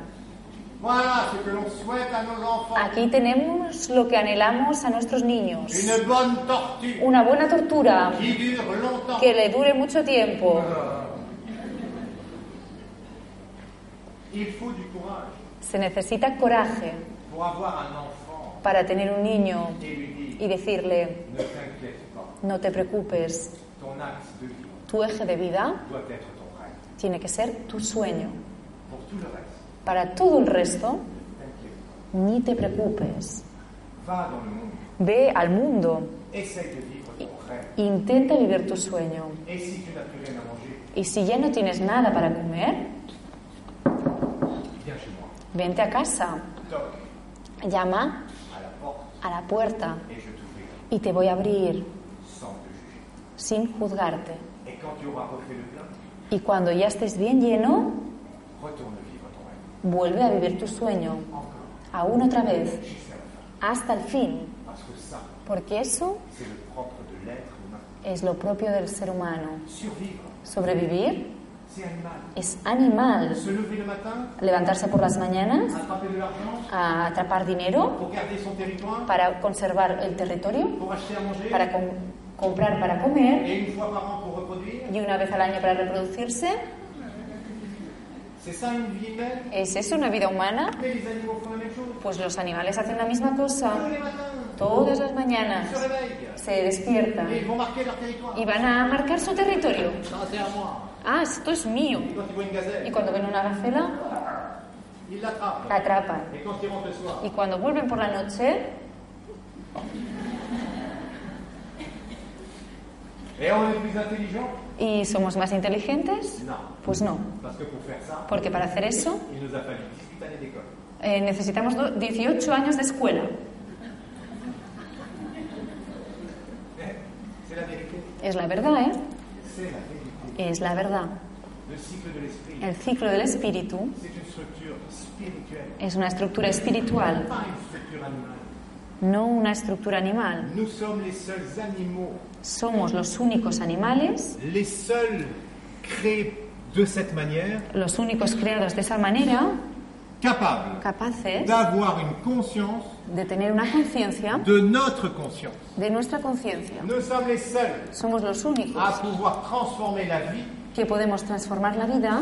Voilà ce que l'on souhaite à nos enfants. Aquí tenemos lo que anhelamos a nuestros niños. Une bonne tortue Una buena tortura qui dure longtemps. que le dure mucho tiempo. Il faut du courage Se necesita coraje pour avoir un enfant para tener un niño y decirle, Ne t'inquiète pas, no te preocupes, ton axe de vie tu eje de vida doit être ton rêve. tiene que ser tu sueño. Pour tout le reste, Para todo el resto, t'inquiète pas. ni te preocupes. Va dans le monde, Ve al mundo, essaye de vivre ton rêve. intenta vivir tu sueño. Et si tu n'as plus rien à manger, Y si ya no tienes nada para comer, viens chez moi. vente a casa, Toc llama à la porte a la puerta et je t'ouvrirai y te voy a abrir sans te juger. sin juzgarte. Et quand tu auras refait le plein, Y cuando ya estés bien lleno, retourne vivre ton rêve. vuelve a vivir tu sueño, Encore aún otra vez, jusqu'à la fin. hasta el fin, Parce que ça, porque eso c'est le propre de l'être humain. es lo propio del ser humano. Survivre, Sobrevivir c'est animal. es animal. Se lever le matin, Levantarse por las mañanas attraper de l'argent, a atrapar dinero pour garder son territoire, para conservar el territorio, pour acheter à manger, para com- comprar para comer et une fois par an pour reproduire. y una vez al año para reproducirse. C'est ça une vie humaine ¿Es eso una vida humana? Mais les animaux font la même chose. Pues los animales hacen la misma Tous cosa. les matins, Todas las ils mañanas se réveillent se despiertan et ils vont marquer leur territoire. y van a marcar su territorio. Ça, c'est à moi. Ah, esto es mío. Et quand Ah. ils voient une Y gazelle, cuando ven una gacela, ils l'attrapent. la atrapan. Et quand ils rentrent le soir, Y cuando vuelven por la noche, et on est plus intelligent ¿y somos más inteligentes? Non. Pues no, Parce que pour faire ça, porque para hacer eso il nous a fallu 18 années d'école. eh, necesitamos do- 18 años de escuela. C'est la vérité. Es la verdad, ¿eh? C'est la vérité. Es la verdad. Le cycle de l'esprit, El ciclo del espíritu c'est une structure spirituelle, es una estructura espiritual, pas une structure animale. no una estructura animal. Nous sommes les seuls animaux, Somos los únicos animales les seuls créés de cette manière, los únicos creados de esa manera, capables capaces d'avoir une conscience de tener una conciencia de notre conscience. de nuestra conciencia. Nous sommes les seuls Somos los à únicos pouvoir transformer la vie que podemos transformar la vida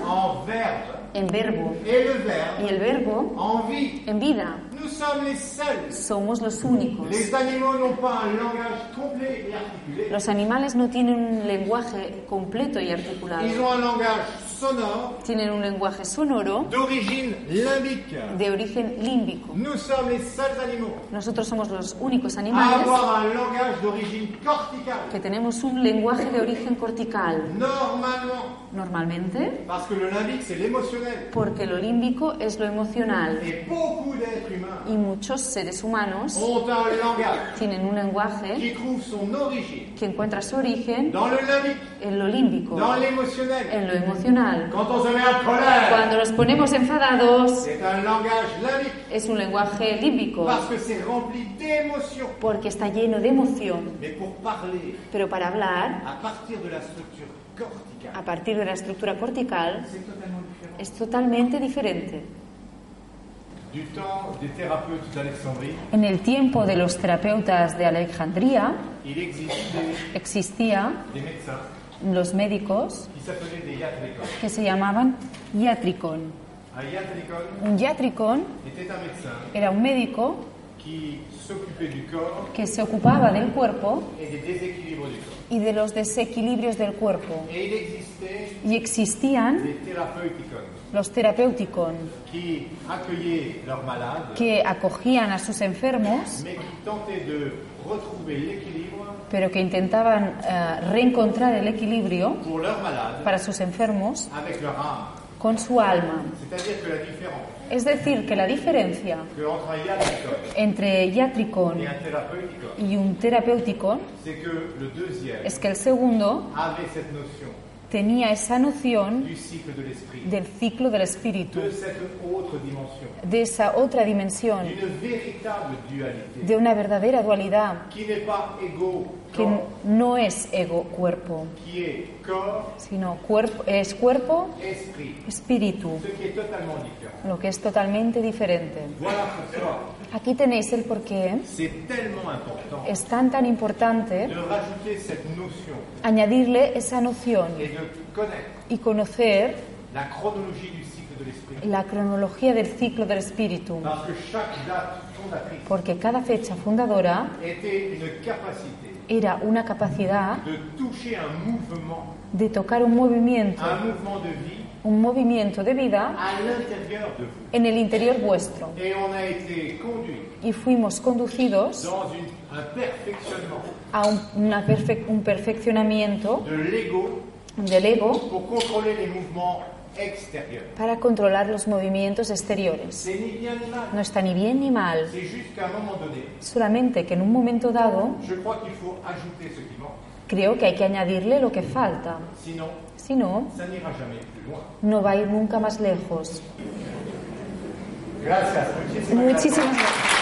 en en verbe verbo et le y verbe el verbo en vie. en vida. Nous sommes les seuls. Somos los únicos. Les animaux n'ont pas un langage complet et articulé. Los animales no tienen un lenguaje completo y articulado. Ils ont un langage sonore Tienen un lenguaje sonoro d'origine limbique. de origen límbico. Nous sommes les seuls animaux Nosotros somos los únicos à animales avoir un langage d'origine corticale. que tenemos un lenguaje de origen cortical. Normalement, Normalmente, parce que le limbique, c'est l'émotionnel. porque lo límbico es lo emocional. Et beaucoup d'êtres humains y muchos seres humanos ont un langage tienen un lenguaje qui trouve son origine que encuentra su origen dans le limbique, en lo límbico, dans l'émotionnel. en lo emocional. Quand on se met en colère, Cuando nos ponemos enfadados, c'est un langage limbique es un lenguaje límbico, parce que c'est rempli d'émotions. porque está lleno de emoción. Mais pour parler Pero para hablar, à partir de la structure corticale, a partir de la estructura cortical, c'est totalement différent. es totalmente diferente. Du temps des thérapeutes d'Alexandrie, En el tiempo de los terapeutas de Alejandría il existait existía des médecins los médicos qui s'appelaient des iatricons. que se llamaban iatricón. Un iatricon Un iatricón était un médecin era un médico qui s'occupait du corps que se ocupaba del cuerpo et des déséquilibres du corps. y de los desequilibrios del cuerpo. Et il existait Y existían des thérapeuticones los terapéuticos qui accueillaient leurs malades, que acogían a sus enfermos, mais qui tentaient de retrouver l'équilibre pero que intentaban eh, reencontrar el equilibrio pour leurs malades para sus enfermos avec leur âme. con su alma. C'est-à-dire que la différence Es decir, que la diferencia que entre un iatricon entre iatricón et un thérapeutico, y un terapéutico c'est que le deuxième es que el segundo avait cette notion tenía esa noción du cycle de l'esprit, del ciclo del espíritu, de cette autre dimension, de esa otra dimensión, d'une véritable dualité de una verdadera dualidad qui n'est pas ego, que corps, no es ego cuerpo, qui est corps, sino cuerpo es cuerpo esprit, espíritu, ce qui est totalement différent. lo que es totalmente diferente. Voilà pourquoi Aquí tenéis el porqué. c'est tellement important Es tan tan importante de rajouter cette notion añadirle esa noción et de connaître y conocer la chronologie du cycle cycle de l'esprit. la cronología del ciclo del espíritu, Parce que chaque date fondatrice porque cada fecha fundadora était une capacité era una capacidad de toucher un mouvement, de tocar un movimiento, un mouvement de vie un movimiento de vida à l'intérieur de vous. en el interior vuestro. Et on a été conduit Y fuimos conducidos dans une- un perfectionnement a un, una perfe- un perfeccionamiento de l'ego del ego pour contrôler les mouvements extérieurs. para controlar los movimientos exteriores. C'est ni bien ni mal. No está ni bien ni mal, C'est juste qu'à un moment donné, solamente que en un momento dado je crois qu'il faut ajouter ce qui manque. creo que hay que añadirle lo que falta, Sinon, si no, ça n'ira jamais plus loin. no va a ir nunca más lejos. Gracias. Muchísimas gracias. Muchísimas gracias.